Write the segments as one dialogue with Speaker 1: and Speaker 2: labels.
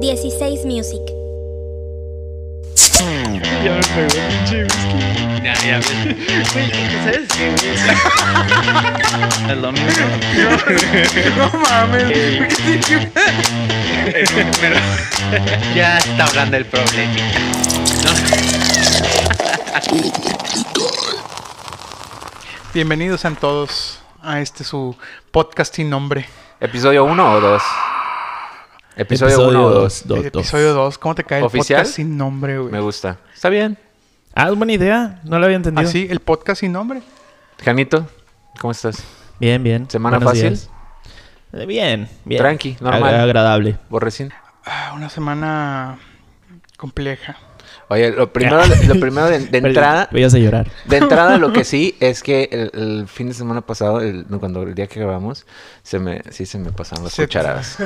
Speaker 1: 16 Music.
Speaker 2: Ya me pegó el pinche whisky.
Speaker 3: Ya, ya, güey.
Speaker 2: Güey, ¿sabes qué, güey?
Speaker 3: Es lo mismo.
Speaker 2: No mames, güey, ¿qué te-
Speaker 3: Pero ya está hablando el problema.
Speaker 4: Bienvenidos sean todos a este su podcast sin nombre.
Speaker 5: ¿Episodio 1 o 2? Episodio 1 o 2.
Speaker 4: El episodio 2. ¿Cómo te cae el
Speaker 5: ¿Oficial?
Speaker 4: podcast sin nombre,
Speaker 5: Me
Speaker 4: güey?
Speaker 5: gusta. Está bien.
Speaker 2: Ah, es buena idea. No lo había entendido.
Speaker 4: Así, Ah, el podcast sin nombre.
Speaker 5: Janito, ¿cómo estás?
Speaker 2: Bien, bien.
Speaker 5: ¿Semana
Speaker 2: Buenos
Speaker 5: fácil?
Speaker 2: días. Eh, Bien, bien.
Speaker 5: Tranqui, normal.
Speaker 2: Ag- agradable.
Speaker 5: Borrecín.
Speaker 4: Ah, una semana compleja.
Speaker 5: Oye, lo primero, lo primero de, de
Speaker 2: Perdón,
Speaker 5: entrada,
Speaker 2: Voy a llorar.
Speaker 5: de entrada lo que sí es que el, el fin de semana pasado, el, no, cuando el día que grabamos, se me, sí se me pasaron las
Speaker 4: Se-
Speaker 5: cucharadas.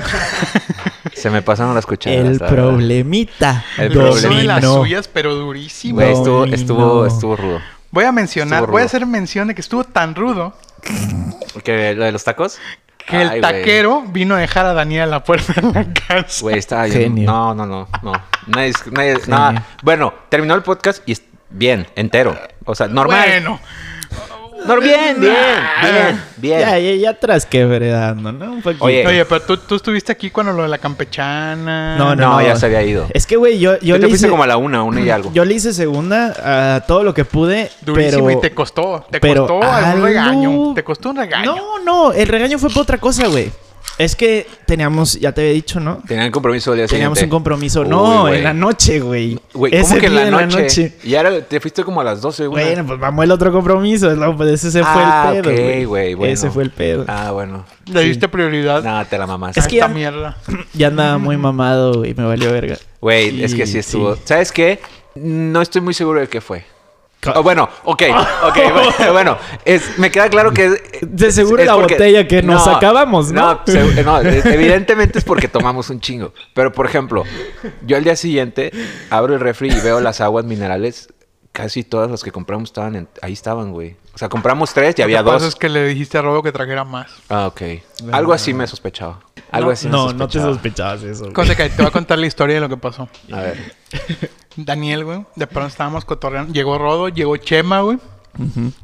Speaker 5: se me pasaron las cucharadas.
Speaker 2: El
Speaker 5: la verdad.
Speaker 2: problemita.
Speaker 5: El
Speaker 4: Yo soy de
Speaker 5: problemita.
Speaker 4: las
Speaker 2: dominó.
Speaker 4: suyas, pero durísimo.
Speaker 5: Güey, estuvo,
Speaker 2: Dominó.
Speaker 5: estuvo, estuvo rudo.
Speaker 4: Voy a mencionar,
Speaker 5: Estuvo
Speaker 4: voy a
Speaker 5: rudo.
Speaker 4: hacer mención de que estuvo tan rudo
Speaker 5: ¿Qué, ¿Lo de los tacos?
Speaker 4: que
Speaker 5: Ay,
Speaker 4: el
Speaker 5: güey.
Speaker 4: taquero vino a dejar a Daniel a la puerta de la casa.
Speaker 5: Güey, estaba yo-
Speaker 2: Genio.
Speaker 5: No, no, no, no. Nadie, es- nadie- nada. Bueno, terminó el podcast y es- bien, entero. O sea, normal.
Speaker 4: Bueno,
Speaker 5: No, bien, bien,
Speaker 2: Ah.
Speaker 5: bien, bien.
Speaker 2: Ya, ya, ya trasquebrando, ¿no? Un poquito.
Speaker 5: Oye,
Speaker 4: oye, pero tú, tú estuviste aquí cuando lo de la campechana.
Speaker 2: No,
Speaker 5: No, ya se había ido.
Speaker 2: Es que, güey, yo, yo
Speaker 5: Yo
Speaker 2: le
Speaker 5: te fuiste
Speaker 2: hice...
Speaker 5: como a la una, una y algo.
Speaker 2: Yo le hice segunda a todo lo que pude,
Speaker 4: Durísimo
Speaker 2: pero...
Speaker 4: y te costó, te
Speaker 2: pero
Speaker 4: costó
Speaker 2: algo-
Speaker 4: algún regaño, te costó un regaño.
Speaker 2: No, no, el regaño fue por otra cosa, güey. Es que teníamos, ya te había dicho, ¿no?
Speaker 5: Tenían compromiso el día
Speaker 2: Teníamos un
Speaker 5: siguiente.
Speaker 2: compromiso.
Speaker 5: Uy,
Speaker 2: no,
Speaker 5: güey.
Speaker 2: en la noche, güey.
Speaker 5: Güey, ¿cómo
Speaker 2: Ese
Speaker 5: que en
Speaker 2: día
Speaker 5: la noche? Y ahora te fuiste como a las 12, güey.
Speaker 2: Bueno, pues vamos al otro compromiso. es lo- pues Ese, se fue
Speaker 5: Ah,
Speaker 2: el pedo.
Speaker 5: ok,
Speaker 2: güey.
Speaker 5: güey, bueno.
Speaker 2: Ese fue el pedo.
Speaker 5: Ah, bueno.
Speaker 4: Le diste prioridad
Speaker 5: Nada, te la mamás.
Speaker 2: Es
Speaker 4: a
Speaker 2: que
Speaker 4: esta
Speaker 2: ya-
Speaker 4: mierda.
Speaker 2: Ya andaba muy mamado, güey. Me valió verga.
Speaker 5: Güey, es que
Speaker 2: Y-
Speaker 5: sí estuvo.
Speaker 2: sí.
Speaker 5: ¿Sabes qué? No estoy muy seguro de qué fue.
Speaker 2: Ca-
Speaker 5: Oh, bueno, ok, ok, bueno, bueno, es, me queda claro que... es-
Speaker 2: De seguro la botella que nos acabamos, ¿no?
Speaker 5: No, se- no, e- evidentemente es porque tomamos un chingo. Pero, por ejemplo, yo al día siguiente abro el refri y veo las aguas minerales. Casi todas las que compramos estaban en- ahí estaban, güey. O sea, compramos tres y había
Speaker 4: Lo que
Speaker 5: dos.
Speaker 4: pasa es que le dijiste a Robo que trajera más.
Speaker 5: Ah, ok. Algo así me sospechaba. Algo
Speaker 2: no,
Speaker 5: así me
Speaker 2: No, no te
Speaker 5: sospechaba.
Speaker 2: sospechabas eso. güey.
Speaker 4: Cosa que te voy a contar la historia de lo que pasó.
Speaker 5: A ver.
Speaker 4: Daniel, güey, de pronto estábamos cotorreando. Llegó Rodo, llegó Chema, güey.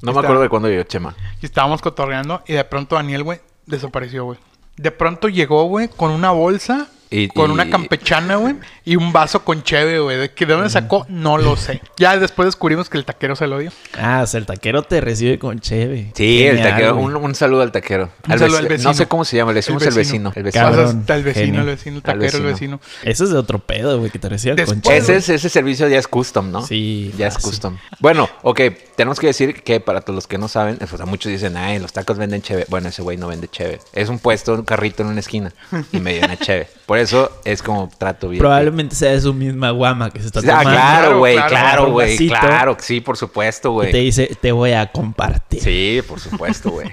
Speaker 5: No me acuerdo de cuándo llegó Chema.
Speaker 4: Y estábamos cotorreando y de pronto Daniel, güey, desapareció, güey. De pronto llegó, güey, con una bolsa,
Speaker 5: Y-
Speaker 4: con
Speaker 5: y-
Speaker 4: una campechana, güey, y un vaso con cheve, güey. ¿De que- de dónde sacó? No lo sé. Ya después descubrimos que el taquero se lo dio.
Speaker 2: Ah, o sea, el taquero te recibe con cheve.
Speaker 5: Sí, el
Speaker 2: Genial,
Speaker 5: taquero.
Speaker 2: güey.
Speaker 5: Un, un saludo al taquero.
Speaker 4: Un
Speaker 5: Al
Speaker 4: saludo
Speaker 5: veci-
Speaker 4: al vecino.
Speaker 5: No sé cómo se llama, le decimos el vecino. El vecino.
Speaker 2: Cabrón,
Speaker 4: Pasas al vecino,
Speaker 2: genio.
Speaker 4: el vecino, el
Speaker 5: Al
Speaker 4: taquero, el
Speaker 5: vecino.
Speaker 4: vecino.
Speaker 2: Eso es de otro pedo, güey, que te recibe con
Speaker 4: Después,
Speaker 2: cheve.
Speaker 5: Ese, es- ese servicio ya es custom, ¿no?
Speaker 2: Sí,
Speaker 5: Ya es
Speaker 2: fácil.
Speaker 5: custom. Bueno, ok, tenemos que decir que para todos los que no saben, o sea, muchos dicen, ay, los tacos venden cheve. Bueno, ese güey no vende cheve. Es un puesto, un carrito en una esquina y me viene cheve. Por eso es como trato bien.
Speaker 2: Probablemente sea de su misma guama que se está
Speaker 5: Ah,
Speaker 2: tomando.
Speaker 5: claro, güey,
Speaker 4: Claro, claro,
Speaker 5: claro,
Speaker 2: un
Speaker 5: güey,
Speaker 2: vasito.
Speaker 5: claro, sí, por supuesto,
Speaker 2: Y te
Speaker 5: güey.
Speaker 2: dice, te voy a compartir.
Speaker 5: Sí, por supuesto, güey.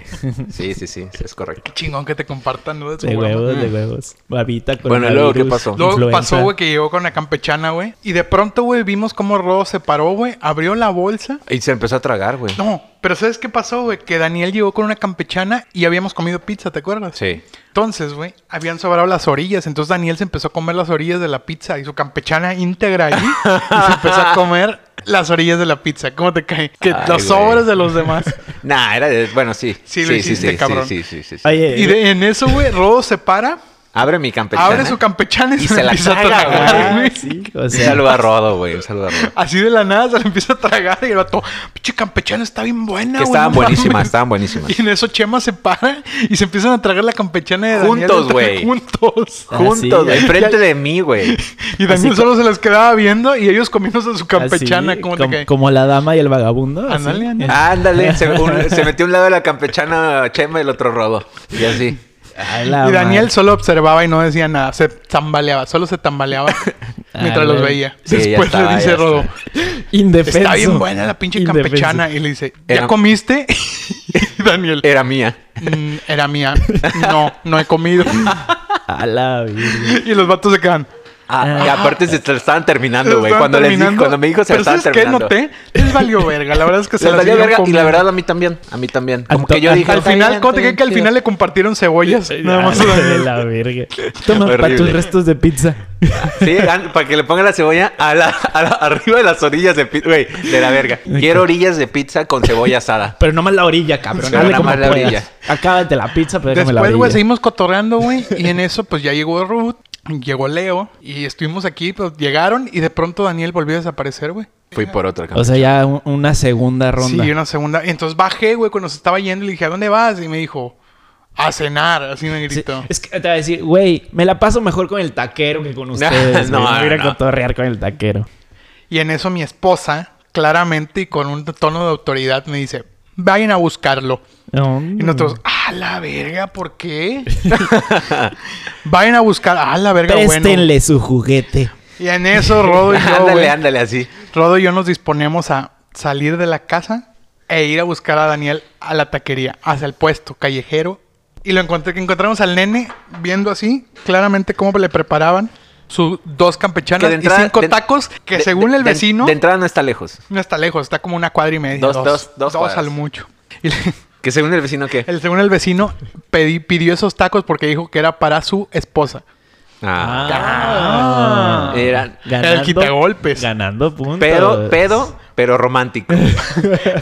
Speaker 5: Sí, sí, sí, sí, es correcto.
Speaker 4: Chingón que te compartan, ¿no? De su
Speaker 2: De
Speaker 4: broma.
Speaker 2: huevos, de huevos. Babita con
Speaker 5: Bueno, ¿y luego qué pasó?
Speaker 4: Mm. Luego pasó, güey, que llegó con la campechana, güey. Y de pronto, güey, vimos cómo Rodo se paró, güey. Abrió la bolsa.
Speaker 5: Y se empezó a tragar, güey.
Speaker 4: No, pero ¿sabes qué pasó, güey? Que Daniel llegó con una campechana y habíamos comido pizza, ¿te acuerdas?
Speaker 5: Sí.
Speaker 4: Entonces, güey, habían sobrado las orillas. Entonces Daniel se empezó a comer las orillas de la pizza y su campechana íntegra allí. y se empezó a comer las orillas de la pizza. ¿Cómo te cae? Que
Speaker 5: Ay,
Speaker 4: los
Speaker 5: güey.
Speaker 4: sobres de los demás.
Speaker 5: Nah, era de... Bueno, sí.
Speaker 4: Sí lo hiciste, cabrón.
Speaker 5: Sí, sí, sí. sí.
Speaker 2: Oye,
Speaker 4: y de- en eso, güey, Rodo se para,
Speaker 5: Abre mi campechana.
Speaker 4: abre su campechana y,
Speaker 5: Y
Speaker 4: se, la
Speaker 5: se la
Speaker 4: empieza
Speaker 5: traga,
Speaker 4: a tragar,
Speaker 2: ah,
Speaker 4: güey.
Speaker 2: sí, o
Speaker 5: Un
Speaker 2: sea,
Speaker 5: saludo a Rodo, güey. Un saludo a Rodo.
Speaker 4: Así de la nada se le empieza a tragar y el vato, pinche campechana está bien buena, güey,
Speaker 5: Que estaban
Speaker 4: no mames".
Speaker 5: buenísimas, estaban buenísimas.
Speaker 4: Y en eso Chema se para y se empiezan a tragar la campechana de Daniel.
Speaker 5: Juntos,
Speaker 4: entre-
Speaker 5: güey.
Speaker 4: Juntos.
Speaker 2: Ah, sí,
Speaker 5: Juntos, güey,
Speaker 2: ya.
Speaker 5: enfrente de mí, güey.
Speaker 4: Y Daniel
Speaker 2: Así
Speaker 4: solo se les quedaba viendo y ellos comiéndose su
Speaker 2: así,
Speaker 4: campechana. ¿Cómo te
Speaker 2: com-
Speaker 4: cae?
Speaker 2: Como la dama y el vagabundo. así. Ah,
Speaker 4: Ándale, ándale.
Speaker 5: Ándale, se, un- se metió a un lado de la campechana Chema y el otro Rodo. Y así.
Speaker 2: Ay, la
Speaker 5: Ah,
Speaker 4: Y Daniel
Speaker 2: madre.
Speaker 4: solo observaba y no decía nada. Se tambaleaba, solo se tambaleaba mientras
Speaker 2: Ah,
Speaker 4: los
Speaker 2: güey.
Speaker 4: veía.
Speaker 5: Sí, ya
Speaker 4: Después
Speaker 5: estaba,
Speaker 4: le dice
Speaker 5: ya
Speaker 4: Rodo,
Speaker 5: estaba.
Speaker 2: Indefenso.
Speaker 4: está bien buena la pinche
Speaker 2: Indefenso.
Speaker 4: campechana. Y le dice, ¿ya
Speaker 5: Era-
Speaker 4: comiste? Y Daniel,
Speaker 5: Era mía.
Speaker 4: "Mm, era mía. No, no he comido.
Speaker 2: A la virgen.
Speaker 4: Y los vatos se quedan.
Speaker 5: Ah, y aparte se te lo estaban terminando, güey.
Speaker 4: Estaban
Speaker 5: Cuando, les dije-
Speaker 4: terminando.
Speaker 5: cuando me dijo se lo
Speaker 4: Pero
Speaker 5: estaban
Speaker 4: ¿sabes qué?
Speaker 5: terminando.
Speaker 4: noté? Les valió verga. La verdad es que se
Speaker 5: Les
Speaker 4: la
Speaker 5: valió
Speaker 4: siguieron
Speaker 5: verga, y la
Speaker 4: comiendo.
Speaker 5: verdad a mí también, a mí también. Como
Speaker 2: Anto-
Speaker 5: que yo dije,
Speaker 4: Al
Speaker 5: "Está
Speaker 4: final,
Speaker 5: bien,
Speaker 4: ¿cómo te
Speaker 5: está
Speaker 4: crees que al
Speaker 5: bien,
Speaker 4: final le compartieron cebollas? Nada más.
Speaker 2: de la verga. Toma para
Speaker 5: Horrible.
Speaker 2: tus restos de pizza.
Speaker 5: Sí, an- para que le pongan la cebolla a la, a la- arriba de las orillas de pizza. Güey, de la verga. Quiero orillas de pizza con cebolla asada.
Speaker 2: Pero no más la orilla, cabrón.
Speaker 5: Pero
Speaker 2: Dale
Speaker 5: nada
Speaker 2: como
Speaker 5: más la
Speaker 2: puedas.
Speaker 5: orilla.
Speaker 2: Acábate la pizza, pero déjame
Speaker 4: Después,
Speaker 2: la
Speaker 4: güey,
Speaker 2: orilla.
Speaker 4: seguimos cotorreando, güey. Y en eso, pues ya llegó Ruth, llegó Leo. Y estuvimos aquí, pues llegaron. Y de pronto Daniel volvió a desaparecer, güey.
Speaker 5: Fui por otra
Speaker 2: o
Speaker 5: cabrón.
Speaker 2: sea, ya un- una segunda ronda.
Speaker 4: Sí, una segunda. Entonces bajé, güey, cuando se estaba yendo. Y le dije, ¿a dónde vas? Y me dijo, a cenar. Así me
Speaker 2: Sí,
Speaker 4: gritó.
Speaker 2: Es que te voy a decir, güey, me la paso mejor con el taquero que con ustedes.
Speaker 5: No,
Speaker 2: no, no.
Speaker 5: no,
Speaker 2: Voy a ir
Speaker 5: no.
Speaker 2: a cotorrear con el taquero.
Speaker 4: Y en eso mi esposa, claramente y con un tono de autoridad, me dice, vayan a buscarlo.
Speaker 2: Mm.
Speaker 4: Y nosotros, a la verga, ¿por qué? vayan a buscar, a la verga, bueno.
Speaker 2: Préstenle su juguete.
Speaker 4: Y en eso Rodo y yo,
Speaker 5: ándale,
Speaker 4: güey,
Speaker 5: ándale, así.
Speaker 4: Rodo y yo nos disponemos a salir de la casa e ir a buscar a Daniel a la taquería, hacia el puesto callejero. Y lo encontré, que encontramos al nene viendo así, claramente cómo le preparaban sus dos
Speaker 5: Que
Speaker 4: campechanas y
Speaker 5: de entrada-
Speaker 4: cinco
Speaker 5: de-
Speaker 4: tacos que
Speaker 5: de-
Speaker 4: según
Speaker 5: de-
Speaker 4: el
Speaker 5: de-
Speaker 4: vecino...
Speaker 5: De, entrada no está lejos.
Speaker 4: No está lejos, está como una cuadra y media.
Speaker 5: Dos- dos- dos cuadras.
Speaker 4: al mucho. Y le-
Speaker 5: Que según el vecino, ¿qué?
Speaker 4: el, según el vecino, pedí- pidió esos tacos porque dijo que era para su esposa.
Speaker 5: Ah.
Speaker 2: Ah.
Speaker 5: Era-
Speaker 4: Era el quitagolpes.
Speaker 2: Ganando puntos.
Speaker 5: Pedo, pedo, pero romántico.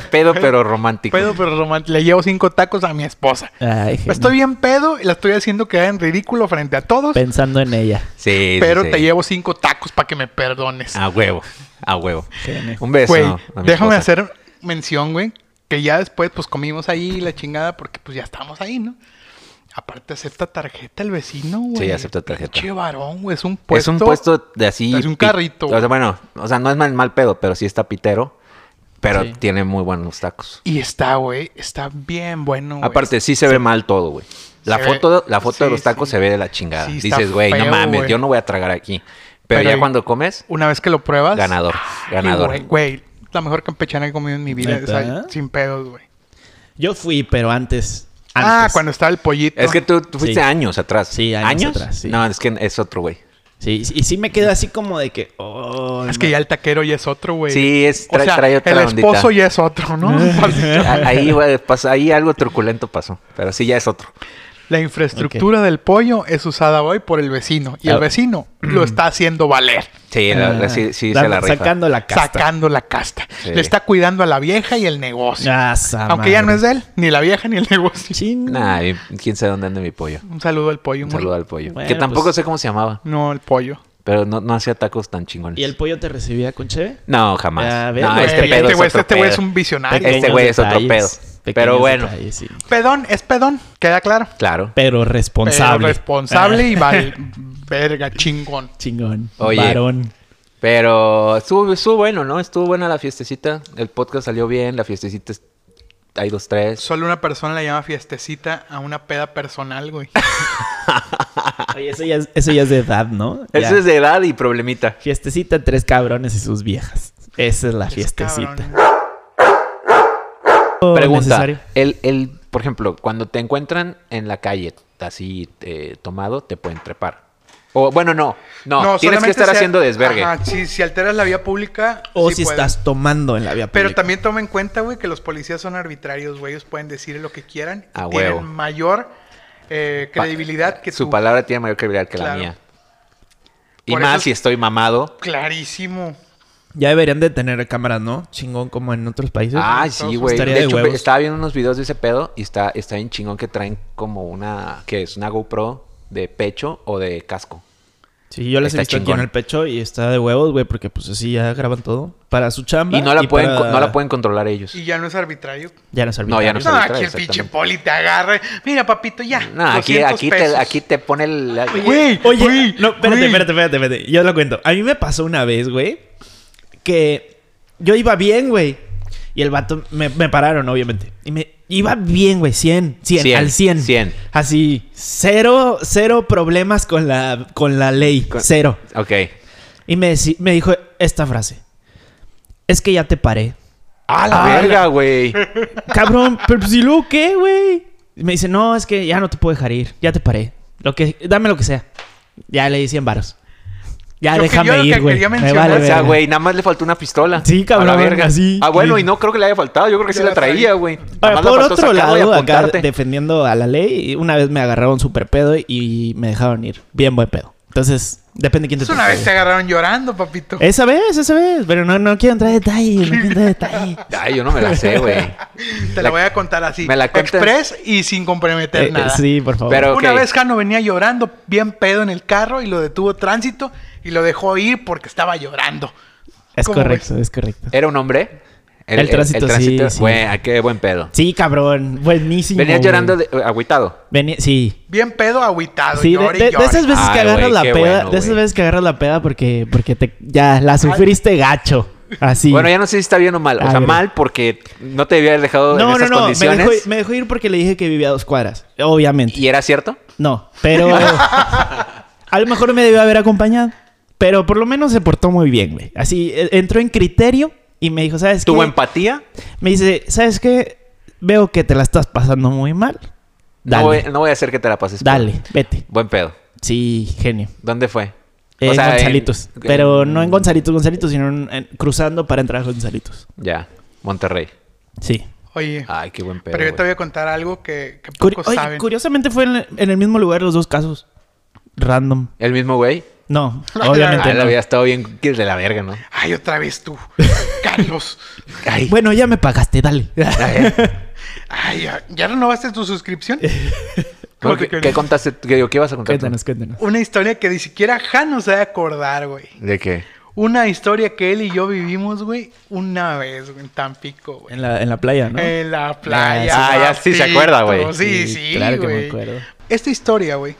Speaker 5: pedo, pero romántico.
Speaker 4: Pedo, pero romántico. Le llevo cinco tacos a mi esposa.
Speaker 2: Ay, genio.
Speaker 4: Estoy bien pedo y la estoy haciendo quedar en ridículo frente a todos.
Speaker 2: pensando en ella.
Speaker 5: Sí, sí,
Speaker 4: pero
Speaker 5: sí.
Speaker 4: te llevo cinco tacos para que me perdones.
Speaker 5: A huevo, a huevo.
Speaker 2: Genio.
Speaker 5: Un beso.
Speaker 4: Güey,
Speaker 5: pues a mi
Speaker 4: déjame
Speaker 5: esposa.
Speaker 4: hacer mención, güey, que ya después pues comimos ahí la chingada porque pues ya estamos ahí, ¿no? Aparte acepta tarjeta el vecino, güey.
Speaker 5: acepta tarjeta.
Speaker 4: Pinche varón, güey, es un puesto.
Speaker 5: es un puesto de así.
Speaker 4: es un
Speaker 5: pi-
Speaker 4: carrito.
Speaker 5: O sea, bueno, o sea, no es mal, mal pedo, pero sí está pitero. Pero
Speaker 2: Sí.
Speaker 5: tiene muy buenos tacos.
Speaker 4: Y está, güey, está bien bueno, güey.
Speaker 5: Aparte, sí se ve mal todo, güey. La
Speaker 4: Se
Speaker 5: foto,
Speaker 4: ve-
Speaker 5: la foto
Speaker 4: sí,
Speaker 5: de los tacos
Speaker 4: sí.
Speaker 5: se ve de la chingada.
Speaker 4: Sí, está
Speaker 5: Dices, güey, no
Speaker 4: feo,
Speaker 5: mames,
Speaker 4: güey.
Speaker 5: yo no voy a tragar aquí. Pero,
Speaker 4: Pero
Speaker 5: ya
Speaker 4: y-
Speaker 5: cuando comes,
Speaker 4: Una vez que lo pruebas.
Speaker 5: ganador,
Speaker 4: ay,
Speaker 5: ganador.
Speaker 4: eh, Güey, güey, la mejor campechana que he comido en mi vida.
Speaker 2: ¿Neta?
Speaker 4: o sea, sin pedos, güey.
Speaker 2: Yo fui, pero antes.
Speaker 4: Ah,
Speaker 2: antes.
Speaker 4: cuando estaba el pollito.
Speaker 5: Es que tú, tú fuiste
Speaker 2: Sí.
Speaker 5: años atrás.
Speaker 2: Sí, años atrás, sí.
Speaker 5: No, es que es otro, güey.
Speaker 2: Sí, y sí me quedo así como de que. oh,
Speaker 4: Es que
Speaker 2: no.
Speaker 4: ya el taquero ya es otro, güey.
Speaker 5: Sí, es- trae-
Speaker 4: o sea,
Speaker 5: trae otra
Speaker 4: el
Speaker 5: ondita.
Speaker 4: esposo ya es otro, ¿no?
Speaker 5: A- ahí, güey, pasó- ahí algo truculento pasó. Pero sí, ya es otro.
Speaker 4: la infraestructura del pollo es usada hoy por el vecino. Y
Speaker 2: Ah.
Speaker 4: el vecino lo está haciendo valer.
Speaker 5: Sí, la- la-
Speaker 2: Ah,
Speaker 5: sí, sí
Speaker 2: la-
Speaker 5: se la rifa.
Speaker 2: Sacando la casta.
Speaker 4: Sacando la casta.
Speaker 5: Sí.
Speaker 4: Le está cuidando a la vieja y el negocio.
Speaker 2: Ah, esa
Speaker 4: Aunque ya no
Speaker 2: madre.
Speaker 4: es de él, ni la vieja ni el negocio.
Speaker 2: Chin.
Speaker 5: Nah, y quién sabe dónde anda mi pollo.
Speaker 4: Un saludo al pollo.
Speaker 5: Un
Speaker 4: muy-
Speaker 5: saludo al pollo.
Speaker 2: Bueno,
Speaker 5: que tampoco
Speaker 2: pues-
Speaker 5: sé cómo se llamaba,
Speaker 4: No, el pollo.
Speaker 5: pero no, no hacía tacos tan chingones.
Speaker 2: ¿Y el pollo te recibía con cheve?
Speaker 5: No, jamás.
Speaker 2: A ver,
Speaker 5: No,
Speaker 2: güey,
Speaker 5: este
Speaker 4: Güey,
Speaker 5: pedo
Speaker 4: este
Speaker 5: es
Speaker 4: güey-
Speaker 5: otro
Speaker 4: este güey
Speaker 5: pedo.
Speaker 4: es un visionario.
Speaker 5: Este
Speaker 2: Pequeños
Speaker 5: güey es otro
Speaker 2: detalles,
Speaker 5: pedo.
Speaker 2: pequeños
Speaker 5: Pero bueno.
Speaker 2: detalles, sí.
Speaker 4: Pedón, es pedón. ¿Queda claro?
Speaker 5: Claro.
Speaker 2: Pero
Speaker 4: Pero
Speaker 2: responsable.
Speaker 4: responsable y
Speaker 2: Ah,
Speaker 4: vale. verga, chingón.
Speaker 2: Chingón.
Speaker 5: Oye.
Speaker 2: Varón.
Speaker 5: Pero estuvo, estuvo bueno, ¿no? Estuvo buena la fiestecita. El podcast salió bien. La fiestecita es- hay dos, tres.
Speaker 4: Solo una persona le llama fiestecita a una peda personal, güey.
Speaker 2: Oye, eso ya es, eso ya es de edad, ¿no?
Speaker 5: Eso
Speaker 2: Ya.
Speaker 5: es de edad y problemita.
Speaker 2: Fiestecita, tres cabrones y sus viejas. Esa es la fiestecita.
Speaker 4: Cabrón.
Speaker 5: Pregunta.
Speaker 2: Necesario.
Speaker 5: El, el, por ejemplo, cuando te encuentran en la calle así eh, tomado, te pueden trepar. O bueno, no. No, tienes que
Speaker 4: solamente
Speaker 5: estar
Speaker 4: si-
Speaker 5: haciendo desvergue.
Speaker 4: Ajá, si, si alteras la vía pública.
Speaker 2: O
Speaker 4: sí
Speaker 2: si
Speaker 4: puedes.
Speaker 2: estás tomando en la vía
Speaker 4: Pero
Speaker 2: pública.
Speaker 4: también toma en cuenta, güey, que los policías son arbitrarios, güey. Ellos pueden decir lo que quieran.
Speaker 5: A
Speaker 4: tienen
Speaker 5: huevo.
Speaker 4: mayor eh, credibilidad que
Speaker 5: Su
Speaker 4: tú.
Speaker 5: palabra tiene mayor credibilidad que la
Speaker 4: Claro.
Speaker 5: mía. Y
Speaker 4: Por eso
Speaker 5: más
Speaker 4: es-
Speaker 5: si estoy mamado.
Speaker 4: Clarísimo.
Speaker 2: Ya deberían de tener cámaras, ¿no? Chingón como en otros países.
Speaker 5: Ah,
Speaker 4: Estados
Speaker 5: sí, güey.
Speaker 2: Estaría
Speaker 5: De
Speaker 2: de
Speaker 5: hecho,
Speaker 2: huevos.
Speaker 5: estaba viendo unos videos de ese pedo y está, está bien chingón que traen como una... que es? ¿Una GoPro de pecho o de casco?
Speaker 2: Sí, yo les he
Speaker 5: Está
Speaker 2: visto aquí
Speaker 5: chingón.
Speaker 2: en el pecho y está de huevos, güey, porque pues así ya graban todo. Para su chamba.
Speaker 5: Y no la, pueden,
Speaker 2: para-
Speaker 5: co- no la pueden controlar ellos.
Speaker 4: Y ya no es arbitrario.
Speaker 2: Ya no se
Speaker 5: No, ya no
Speaker 4: No,
Speaker 5: es arbitrario,
Speaker 4: aquí el
Speaker 5: exactamente.
Speaker 4: pinche poli te agarra. Mira, papito, ya.
Speaker 5: No, aquí,
Speaker 4: 200
Speaker 5: aquí, te,
Speaker 4: pesos.
Speaker 5: aquí te pone la...
Speaker 4: Güey,
Speaker 2: Oye,
Speaker 4: güey,
Speaker 2: no, espérate,
Speaker 4: güey.
Speaker 2: espérate, espérate, espérate. Yo lo cuento. A mí me pasó una vez, güey, que yo iba bien, güey. Y el vato me, me pararon, obviamente. Y me iba bien, güey, 100, 100,
Speaker 5: 100,
Speaker 2: al 100.
Speaker 5: 100.
Speaker 2: Así, cero, cero problemas con la, con la ley,
Speaker 5: Con-
Speaker 2: cero.
Speaker 5: Ok.
Speaker 2: Y me, deci- me dijo esta frase. Es que ya te paré.
Speaker 5: ¡Ah, la
Speaker 2: Ah,
Speaker 5: verga, güey!
Speaker 2: Cabrón, pero pues, ¿y luego qué, güey? Y me dice, no, es que ya no te puedo dejar ir. Ya te paré. Lo que, dame lo que sea. Ya le di 100 varos. Ya
Speaker 4: Yo que- yo
Speaker 2: déjame
Speaker 4: lo que
Speaker 2: ir, güey.
Speaker 4: quería
Speaker 2: Me
Speaker 4: mencionar-
Speaker 2: vale,
Speaker 5: O sea,
Speaker 2: verga.
Speaker 5: güey, nada más le faltó una pistola.
Speaker 2: Sí, cabrón,
Speaker 5: A la verga.
Speaker 2: así.
Speaker 5: Ah, bueno, y no creo que le haya faltado. Yo creo que sí
Speaker 4: Ya
Speaker 5: la
Speaker 4: la traía.
Speaker 5: traía, güey. Nada
Speaker 2: Ahora,
Speaker 5: más le
Speaker 2: por
Speaker 5: faltó
Speaker 2: otro
Speaker 5: sacarla y
Speaker 2: lado, acá
Speaker 5: apuntarte.
Speaker 2: defendiendo a la ley, una vez me agarraron súper pedo y me dejaron ir. Bien buen pedo. Entonces, depende de quién te
Speaker 4: Es una
Speaker 2: toque,
Speaker 4: vez te
Speaker 2: güey.
Speaker 4: agarraron llorando, papito.
Speaker 2: Esa vez, esa vez. Pero no, no quiero entrar en detalle, no quiero entrar en detalle.
Speaker 5: Ay, yo no me la sé, güey.
Speaker 4: Te la, voy a contar así.
Speaker 5: me la cuentas.
Speaker 4: Express y sin comprometer
Speaker 2: Eh, eh,
Speaker 4: nada.
Speaker 2: sí, por favor.
Speaker 5: Pero-
Speaker 4: Una
Speaker 5: ok.
Speaker 4: vez Jano venía llorando bien pedo en el carro y lo detuvo tránsito y lo dejó ir porque estaba llorando.
Speaker 2: es
Speaker 4: ¿cómo
Speaker 2: correcto, es correcto.
Speaker 5: ¿Era un hombre?
Speaker 2: El tránsito, sí, sí.
Speaker 5: Güey, ah, qué buen pedo.
Speaker 2: Sí, cabrón. Buenísimo.
Speaker 5: Venías
Speaker 2: güey.
Speaker 5: llorando de- eh, agüitado.
Speaker 2: Venía- sí.
Speaker 4: Bien pedo, agüitado.
Speaker 2: Sí, de,
Speaker 4: llore y
Speaker 2: de- de
Speaker 4: llore.
Speaker 2: esas veces
Speaker 5: Ay,
Speaker 2: que agarras
Speaker 5: güey,
Speaker 2: la
Speaker 5: qué
Speaker 2: peda,
Speaker 5: bueno,
Speaker 2: de esas
Speaker 5: güey.
Speaker 2: veces que agarras la peda porque, porque te, ya la sufriste gacho. Así.
Speaker 5: Bueno, ya no sé si está bien o mal. O
Speaker 2: A
Speaker 5: sea,
Speaker 2: ver.
Speaker 5: mal porque no te debía haber dejado en
Speaker 2: no, no,
Speaker 5: esas
Speaker 2: no, me
Speaker 5: condiciones.
Speaker 2: dejó, me dejó ir porque le dije que vivía a dos cuadras, obviamente.
Speaker 5: ¿Y era cierto?
Speaker 2: No, pero a lo mejor me debió haber acompañado, pero por lo menos se portó muy bien, güey. Así e- entró en criterio y me dijo, "¿Sabes
Speaker 5: ¿Tuvo
Speaker 2: qué?"
Speaker 5: empatía?
Speaker 2: Me dice, "¿Sabes qué? Veo que te la estás pasando muy mal.
Speaker 5: No eh, voy,
Speaker 2: Dale.
Speaker 5: no voy a hacer que te la pases. peor.
Speaker 2: dale, vete."
Speaker 5: Buen pedo.
Speaker 2: Sí, genio.
Speaker 5: ¿Dónde fue?
Speaker 2: En
Speaker 5: O sea, en-
Speaker 2: Eh, Gonzalitos.
Speaker 5: en-
Speaker 2: pero no en Gonzalitos, Gonzalitos, sino en- en- cruzando para entrar a Gonzalitos.
Speaker 5: Ya, Monterrey.
Speaker 2: Sí.
Speaker 4: Oye,
Speaker 2: Ah,
Speaker 5: Ay, qué buen pedo.
Speaker 4: pero yo
Speaker 5: güey.
Speaker 4: te voy a contar algo que, que
Speaker 2: Curi-
Speaker 4: pocos
Speaker 2: Oye,
Speaker 4: saben.
Speaker 2: curiosamente fue en, en el mismo lugar los dos casos. Random.
Speaker 5: ¿El mismo güey?
Speaker 2: No,
Speaker 4: La-
Speaker 2: obviamente.
Speaker 5: Ah,
Speaker 2: no.
Speaker 5: la había estado bien que de la verga, ¿no?
Speaker 4: Ay, otra vez tú, Carlos.
Speaker 5: Ay,
Speaker 2: Bueno, ya me pagaste, dale. eh.
Speaker 4: Ay, ya, ¿ya renovaste tu suscripción?
Speaker 5: ¿no? ¿Qué, qué contaste? ¿Qué, qué ibas a contar? tú?
Speaker 2: cuéntanos, cuéntanos.
Speaker 4: Una historia que ni siquiera Jano se va a acordar, güey.
Speaker 5: ¿De qué?
Speaker 4: Una historia que él y yo vivimos, güey, una vez, güey, en Tampico, güey.
Speaker 2: En la, en la playa, ¿no?
Speaker 4: En la playa.
Speaker 5: Ah, ya sí se acuerda, güey.
Speaker 4: papito. Sí,
Speaker 2: Sí,
Speaker 4: sí,
Speaker 2: claro que me
Speaker 4: güey.
Speaker 2: acuerdo.
Speaker 4: Esta historia, güey,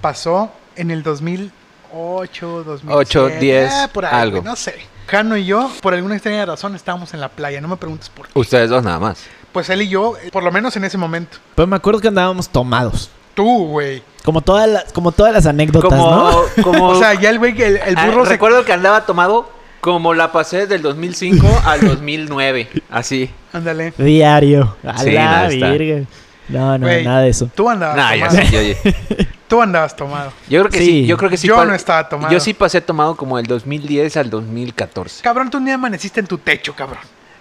Speaker 4: pasó en el 2008, 2007.
Speaker 5: Ocho, diez,
Speaker 4: ah, por ahí,
Speaker 5: algo.
Speaker 4: güey, No sé. Jano y yo, por alguna extraña razón, estábamos en la playa. No me preguntes por qué.
Speaker 5: Ustedes dos nada más.
Speaker 4: Pues él y yo, eh, por lo menos en ese momento.
Speaker 2: Pero me acuerdo que andábamos tomados.
Speaker 4: Tú, güey.
Speaker 2: Como todas las, como todas las anécdotas, ¿no?
Speaker 5: como...
Speaker 4: O sea, ya el güey, que el, el
Speaker 5: Ah,
Speaker 4: burro se...
Speaker 5: Recuerdo que andaba tomado como la pasé del 2005 al 2009. Así.
Speaker 4: Ándale.
Speaker 2: Diario. A
Speaker 5: Sí,
Speaker 2: la
Speaker 5: no, está.
Speaker 2: virga. No, no,
Speaker 4: Güey,
Speaker 2: nada de eso.
Speaker 4: Tú andabas
Speaker 5: Nah, yo,
Speaker 4: Ah, tomado.
Speaker 5: sí, yo- yo-
Speaker 4: Tú andabas tomado.
Speaker 5: yo creo que sí.
Speaker 2: Sí.
Speaker 5: Yo creo que sí.
Speaker 4: Yo
Speaker 5: pa-
Speaker 4: no estaba tomado.
Speaker 5: Yo sí pasé tomado como del 2010 al 2014.
Speaker 4: Cabrón, tú un día amaneciste en tu techo, cabrón.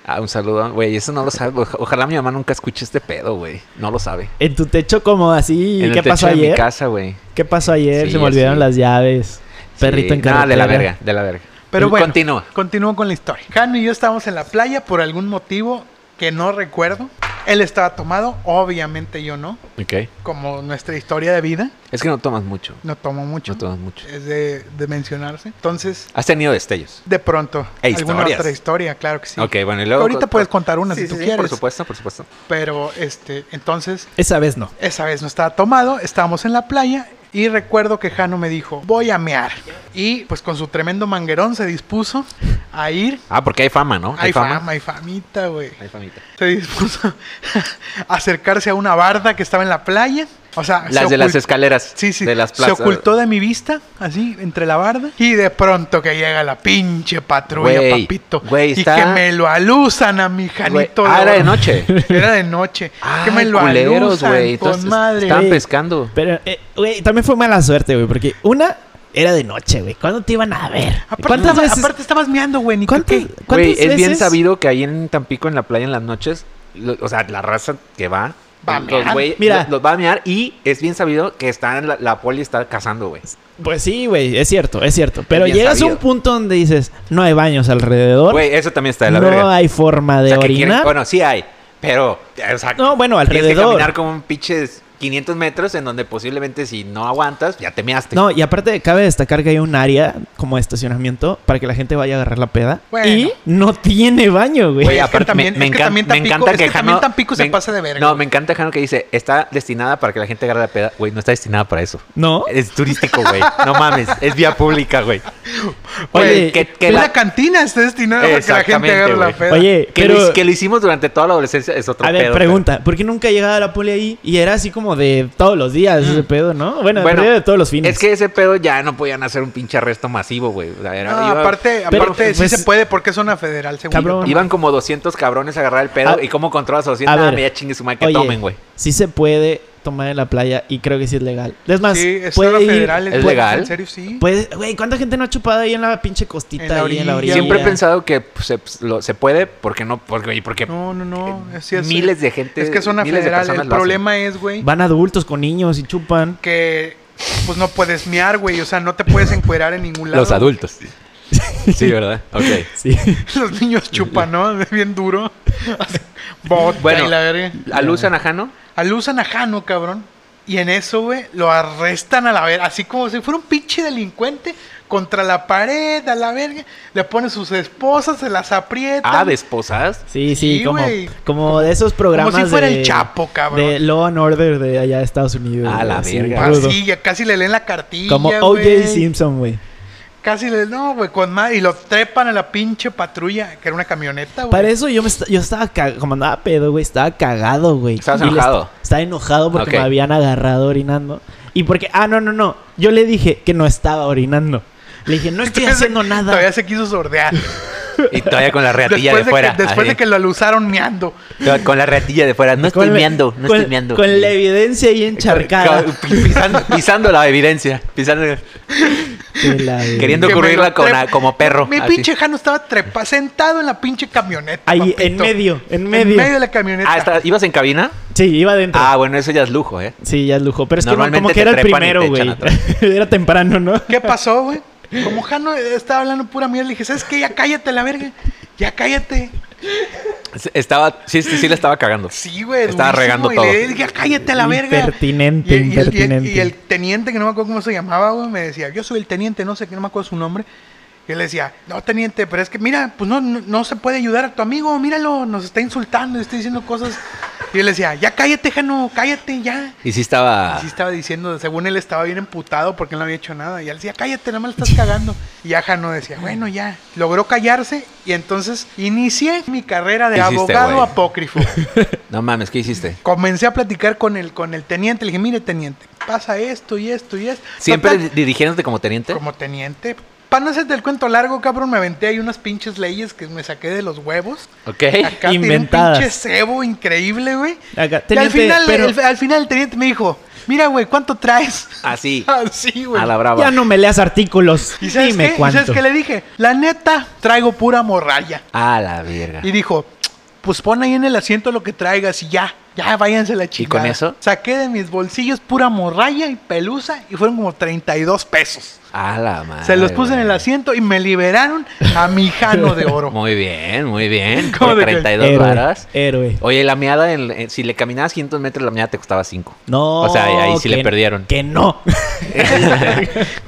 Speaker 5: Ah, un saludo, güey. Eso no lo sabe. Oja- Ojalá mi mamá nunca escuche este pedo, güey. No lo sabe.
Speaker 2: En tu techo como así.
Speaker 5: en el
Speaker 2: ¿Qué
Speaker 5: techo
Speaker 2: pasó
Speaker 5: de mi
Speaker 2: ayer?
Speaker 5: casa, güey.
Speaker 2: ¿Qué pasó ayer?
Speaker 5: Sí,
Speaker 2: Se me olvidaron
Speaker 5: sí.
Speaker 2: las llaves. Perrito en
Speaker 5: casa.
Speaker 2: carretera.
Speaker 5: No, de la verga, de la verga. Mm,
Speaker 4: Pero bueno,
Speaker 5: Continúa.
Speaker 4: continúo con la historia. Jano y yo estábamos en la playa por algún motivo que no recuerdo. Él estaba tomado, obviamente yo no.
Speaker 5: Ok.
Speaker 4: Como nuestra historia de vida,
Speaker 5: Es que no tomas mucho.
Speaker 4: no tomo mucho.
Speaker 5: No tomas mucho.
Speaker 4: Es de, de mencionarse. Entonces,
Speaker 5: Has tenido destellos.
Speaker 4: de pronto,
Speaker 5: E
Speaker 4: alguna
Speaker 5: historias.
Speaker 4: otra historia, claro que sí.
Speaker 5: Ok, bueno, y luego.
Speaker 4: Ahorita
Speaker 5: co-
Speaker 4: puedes contar una
Speaker 5: Sí,
Speaker 4: si
Speaker 5: sí,
Speaker 4: tú
Speaker 5: sí,
Speaker 4: quieres.
Speaker 5: Por supuesto, por supuesto.
Speaker 4: Pero, este, entonces,
Speaker 2: Esa vez no.
Speaker 4: Esa vez no estaba tomado, estábamos en la playa y recuerdo que Jano me dijo, voy a mear. Y pues con su tremendo manguerón se dispuso a ir.
Speaker 5: Ah, porque hay fama, ¿no?
Speaker 4: Hay fama, hay famita, güey.
Speaker 5: Hay famita.
Speaker 4: Se dispuso a acercarse a una barda que estaba en la playa. O sea,
Speaker 5: Las
Speaker 4: Ah, se
Speaker 5: de las
Speaker 4: ocult-
Speaker 5: escaleras.
Speaker 4: Sí, sí.
Speaker 5: De las
Speaker 4: se
Speaker 5: plazas.
Speaker 4: ocultó de mi vista, así, entre la barda. Y de pronto que llega la pinche patrulla,
Speaker 5: Güey,
Speaker 4: papito.
Speaker 5: güey,
Speaker 4: y
Speaker 5: está-
Speaker 4: que me lo alusan a mi Janito.
Speaker 5: Güey, ah, era de
Speaker 4: oro.
Speaker 5: noche.
Speaker 4: Era de noche. que
Speaker 5: Ay,
Speaker 4: me lo
Speaker 5: culeros,
Speaker 4: alusan,
Speaker 5: güey.
Speaker 4: con
Speaker 5: Entonces,
Speaker 4: madre.
Speaker 5: Estaban
Speaker 2: Ey.
Speaker 5: pescando.
Speaker 2: Pero, eh, güey, también fue mala suerte, güey. Porque una era de noche, güey. ¿Cuándo te iban a ver?
Speaker 4: Aparte,
Speaker 2: ¿Cuántas
Speaker 4: estabas-
Speaker 2: veces?
Speaker 4: aparte estabas meando, güey. ni
Speaker 2: ¿Cuántas,
Speaker 4: qué.
Speaker 2: cuántas
Speaker 5: Güey, es bien
Speaker 2: veces-
Speaker 5: sabido que ahí en Tampico, en la playa, en las noches, lo- o sea, la raza que va.
Speaker 4: Va a
Speaker 5: los,
Speaker 4: mear.
Speaker 5: güey,
Speaker 2: Mira.
Speaker 5: los, los va a mear y es bien sabido que están la, la poli está cazando, güey.
Speaker 2: Pues sí, güey, es cierto, es cierto. Pero
Speaker 5: bien
Speaker 2: llegas a un
Speaker 5: sabido.
Speaker 2: punto donde dices, no hay baños alrededor.
Speaker 5: Güey, eso también está de la
Speaker 2: no
Speaker 5: verga.
Speaker 2: hay forma
Speaker 5: O
Speaker 2: de
Speaker 5: sea, que quieren-
Speaker 2: orinar.
Speaker 5: bueno, sí hay, pero. O sea,
Speaker 2: No, bueno,
Speaker 5: Tienes que
Speaker 2: alrededor.
Speaker 5: caminar como un pinches 500 metros en donde posiblemente si no aguantas, ya te measte.
Speaker 2: No, y aparte cabe destacar que hay un área como de estacionamiento para que la gente vaya a agarrar la peda.
Speaker 4: Bueno.
Speaker 2: Y no tiene baño, güey.
Speaker 4: Güey, es que
Speaker 5: aparte,
Speaker 4: también- es que
Speaker 5: encan-
Speaker 4: también Tampico- es que también Tampico se
Speaker 5: me en-
Speaker 4: pasa de verga,
Speaker 5: No,
Speaker 4: güey.
Speaker 5: me encanta Jano que dice, está destinada para que la gente agarre la peda. Güey, no está destinada para eso.
Speaker 2: ¿No?
Speaker 5: Es turístico, güey. No mames. Es vía pública, güey.
Speaker 2: Oye,
Speaker 5: Oye, que, que
Speaker 4: Es la...
Speaker 5: la-
Speaker 4: cantina está destinada para que la gente
Speaker 5: Exactamente,
Speaker 4: agarre
Speaker 5: güey.
Speaker 4: la peda.
Speaker 2: Oye,
Speaker 5: que lo
Speaker 2: pero-
Speaker 5: hic- que lo hicimos durante toda la adolescencia es otro
Speaker 2: A ver,
Speaker 5: pedo,
Speaker 2: pregunta, ¿por qué nunca llegaba la poli ahí? Y era así como de todos los días ese pedo, ¿no? Bueno,
Speaker 5: pero-
Speaker 2: de perdido de todos los fines.
Speaker 5: Mm. Es que ese pedo ya no podían hacer un pinche arresto masivo, güey. O sea, era-
Speaker 4: No,
Speaker 5: iba-
Speaker 4: Ah, aparte,
Speaker 2: Pero,
Speaker 4: aparte
Speaker 2: pues-
Speaker 4: sí se puede porque es zona federal, según
Speaker 2: Cabrón.
Speaker 4: yo.
Speaker 5: Iban como 200 cabrones a agarrar el pedo.
Speaker 2: A-
Speaker 5: ¿Y cómo controlas a
Speaker 2: A
Speaker 5: 200? Ah,
Speaker 2: ver.
Speaker 5: me ya chingue su madre que
Speaker 2: Oye,
Speaker 5: tomen, güey.
Speaker 2: Sí se puede, tomar en la playa y creo que sí es legal. Es más,
Speaker 4: sí, es
Speaker 2: puede
Speaker 4: droga
Speaker 2: ir-
Speaker 4: federal.
Speaker 5: ¿Es
Speaker 4: puede-
Speaker 5: legal?
Speaker 4: En serio, sí.
Speaker 2: puede- güey, ¿cuánta gente no ha chupado ahí en la pinche costita
Speaker 4: En la
Speaker 2: ahí en la orilla?
Speaker 4: orilla.
Speaker 5: Siempre he pensado que pues, se, pues, lo- se puede, porque no, porque, y porque
Speaker 4: No, no, no. es- sí, es-
Speaker 5: eh,
Speaker 4: eh.
Speaker 5: miles de gente.
Speaker 4: Es que es una
Speaker 5: miles de
Speaker 4: federal.
Speaker 5: personas
Speaker 4: El
Speaker 5: lo hacen.
Speaker 4: problema es, güey,
Speaker 2: Van adultos con niños y chupan.
Speaker 4: que pues no puedes miar, güey. O sea, no te puedes encuerar en ningún lado.
Speaker 5: Los adultos. Sí, ¿verdad? Ok.
Speaker 2: Sí.
Speaker 4: Los niños chupan, ¿no? Bien duro. Así, Bota
Speaker 5: Bueno.
Speaker 4: y la verga.
Speaker 5: ¿A Luz Anajano?
Speaker 4: Alusan a Jano, cabrón. Y en eso, güey, lo arrestan a la verga. Así como si fuera un pinche delincuente contra la pared, a la verga. Le ponen sus esposas, se las aprietan.
Speaker 5: Ah, desposadas.
Speaker 2: Sí, sí,
Speaker 4: Sí,
Speaker 2: como,
Speaker 4: güey.
Speaker 2: como de esos programas
Speaker 4: como si fuera
Speaker 2: de,
Speaker 4: el Chapo, cabrón.
Speaker 2: de Law and Order de allá de Estados Unidos.
Speaker 5: Ah,
Speaker 2: güey,
Speaker 5: la
Speaker 2: así,
Speaker 5: verga.
Speaker 2: crudo.
Speaker 4: Así, ya casi le leen la cartilla,
Speaker 2: Como
Speaker 4: güey.
Speaker 2: O.J. Simpson, güey.
Speaker 4: Casi le... No, güey, con más... Y lo trepan a la pinche patrulla, que era una camioneta, güey.
Speaker 2: Para eso yo, me esta- yo estaba, ca- como andaba pedo, güey, estaba cagado, güey.
Speaker 5: Estabas
Speaker 2: Y le
Speaker 5: enojado.
Speaker 2: esta- Estaba enojado porque
Speaker 5: Ok.
Speaker 2: me habían agarrado orinando. Y porque, ah, no, no, no. Yo le dije que no estaba orinando. Le dije, no estoy
Speaker 4: Entonces,
Speaker 2: haciendo nada.
Speaker 4: Todavía se quiso sordear.
Speaker 5: Y todavía con la reatilla
Speaker 4: después
Speaker 5: de fuera.
Speaker 4: que, después
Speaker 5: así.
Speaker 4: de que lo alusaron meando.
Speaker 5: Con- Con la reatilla de fuera. No estoy
Speaker 2: Con la-
Speaker 5: meando, no
Speaker 2: con-
Speaker 5: estoy meando.
Speaker 2: Con la evidencia ahí encharcada.
Speaker 5: Con- con- Pisando, pisando la evidencia. Pisando.
Speaker 2: De la-
Speaker 5: Queriendo-
Speaker 4: Que me
Speaker 5: ocurrirla
Speaker 4: lo
Speaker 5: con-
Speaker 4: trepa-
Speaker 5: como perro, Ah,
Speaker 4: Mi
Speaker 5: así.
Speaker 4: pinche Jano estaba trepa, sentado en la pinche camioneta.
Speaker 2: Ahí,
Speaker 4: papito.
Speaker 2: en medio, en medio.
Speaker 4: En medio de la camioneta.
Speaker 5: Ah, ¿está- ¿ibas en cabina?
Speaker 2: Sí, iba adentro.
Speaker 5: Ah, bueno, eso ya es lujo, ¿eh?
Speaker 2: Sí, ya es lujo. Pero es que no,
Speaker 5: Normalmente
Speaker 2: como que
Speaker 5: te
Speaker 2: era el
Speaker 5: trepan y te
Speaker 2: primero,
Speaker 5: echan
Speaker 2: güey.
Speaker 5: atrás.
Speaker 2: era temprano, ¿no?
Speaker 4: ¿Qué pasó, güey? Como Jano estaba hablando pura mierda, le dije, ¿sabes qué? Ya cállate, la verga. Ya cállate.
Speaker 5: S- Estaba, sí, sí, sí la estaba cagando.
Speaker 4: Sí, güey.
Speaker 5: Estaba
Speaker 4: durísimo,
Speaker 5: regando
Speaker 4: y
Speaker 5: todo.
Speaker 4: Le dije, ya cállate, la verga.
Speaker 2: Impertinente,
Speaker 4: Y el- y el- y el-
Speaker 2: impertinente.
Speaker 4: Y el, teniente, que no me acuerdo cómo se llamaba, güey, me decía, yo soy el teniente, no sé, qué, no me acuerdo su nombre. Y él decía, no, teniente, pero es que, mira, pues no, no, no se puede ayudar a tu amigo, míralo, nos está insultando, está diciendo cosas. Y él decía, ya cállate, Jano, cállate, ya.
Speaker 5: Y sí estaba.
Speaker 4: Y sí estaba diciendo, según él estaba bien emputado porque no había hecho nada. Y él decía, cállate, no me la estás cagando. Y ya Jano decía, bueno, ya. Logró callarse y entonces inicié mi carrera de
Speaker 5: ¿Qué hiciste,
Speaker 4: abogado
Speaker 5: güey?
Speaker 4: apócrifo.
Speaker 5: No mames, ¿qué hiciste?
Speaker 4: Comencé a platicar con el, con el teniente. Le dije, mire, teniente, pasa esto y esto y esto.
Speaker 5: ¿Siempre
Speaker 4: Total,
Speaker 5: dirigiéndote como teniente?
Speaker 4: como teniente. Para no hacerte el cuento largo, cabrón, me aventé ahí unas pinches leyes que me saqué de los huevos.
Speaker 5: Ok.
Speaker 4: Acá tiré
Speaker 2: Inventadas.
Speaker 4: un pinche cebo increíble, güey.
Speaker 2: Acá,
Speaker 4: Y al
Speaker 2: teniente,
Speaker 4: final,
Speaker 2: pero-
Speaker 4: el, al final el teniente me dijo, mira, güey, ¿cuánto traes?
Speaker 5: Así.
Speaker 4: Ah, Así, güey.
Speaker 5: A la brava.
Speaker 2: Ya no me leas artículos.
Speaker 4: ¿Y sabes,
Speaker 2: Dime
Speaker 4: qué? ¿Y
Speaker 2: cuánto.
Speaker 4: sabes qué le dije? La neta, traigo pura morralla.
Speaker 5: A la verga.
Speaker 4: Y dijo, pues pon ahí en el asiento lo que traigas y ya, ya váyanse la chingada.
Speaker 5: con eso?
Speaker 4: Saqué de mis bolsillos pura morralla y pelusa y fueron como 32 pesos.
Speaker 5: A la madre.
Speaker 4: Se los puse en el
Speaker 5: güey.
Speaker 4: asiento y me liberaron a mi jano de oro.
Speaker 5: Muy bien, muy bien.
Speaker 4: ¿Cómo
Speaker 5: Por
Speaker 4: de que-
Speaker 5: 32
Speaker 2: Héroe,
Speaker 5: varas.
Speaker 2: héroe.
Speaker 5: Oye, la meada, en- en- si le caminabas 500 metros, la meada te costaba 5.
Speaker 2: No.
Speaker 5: O sea, ahí sí le
Speaker 2: que-
Speaker 5: perdieron.
Speaker 2: Que no.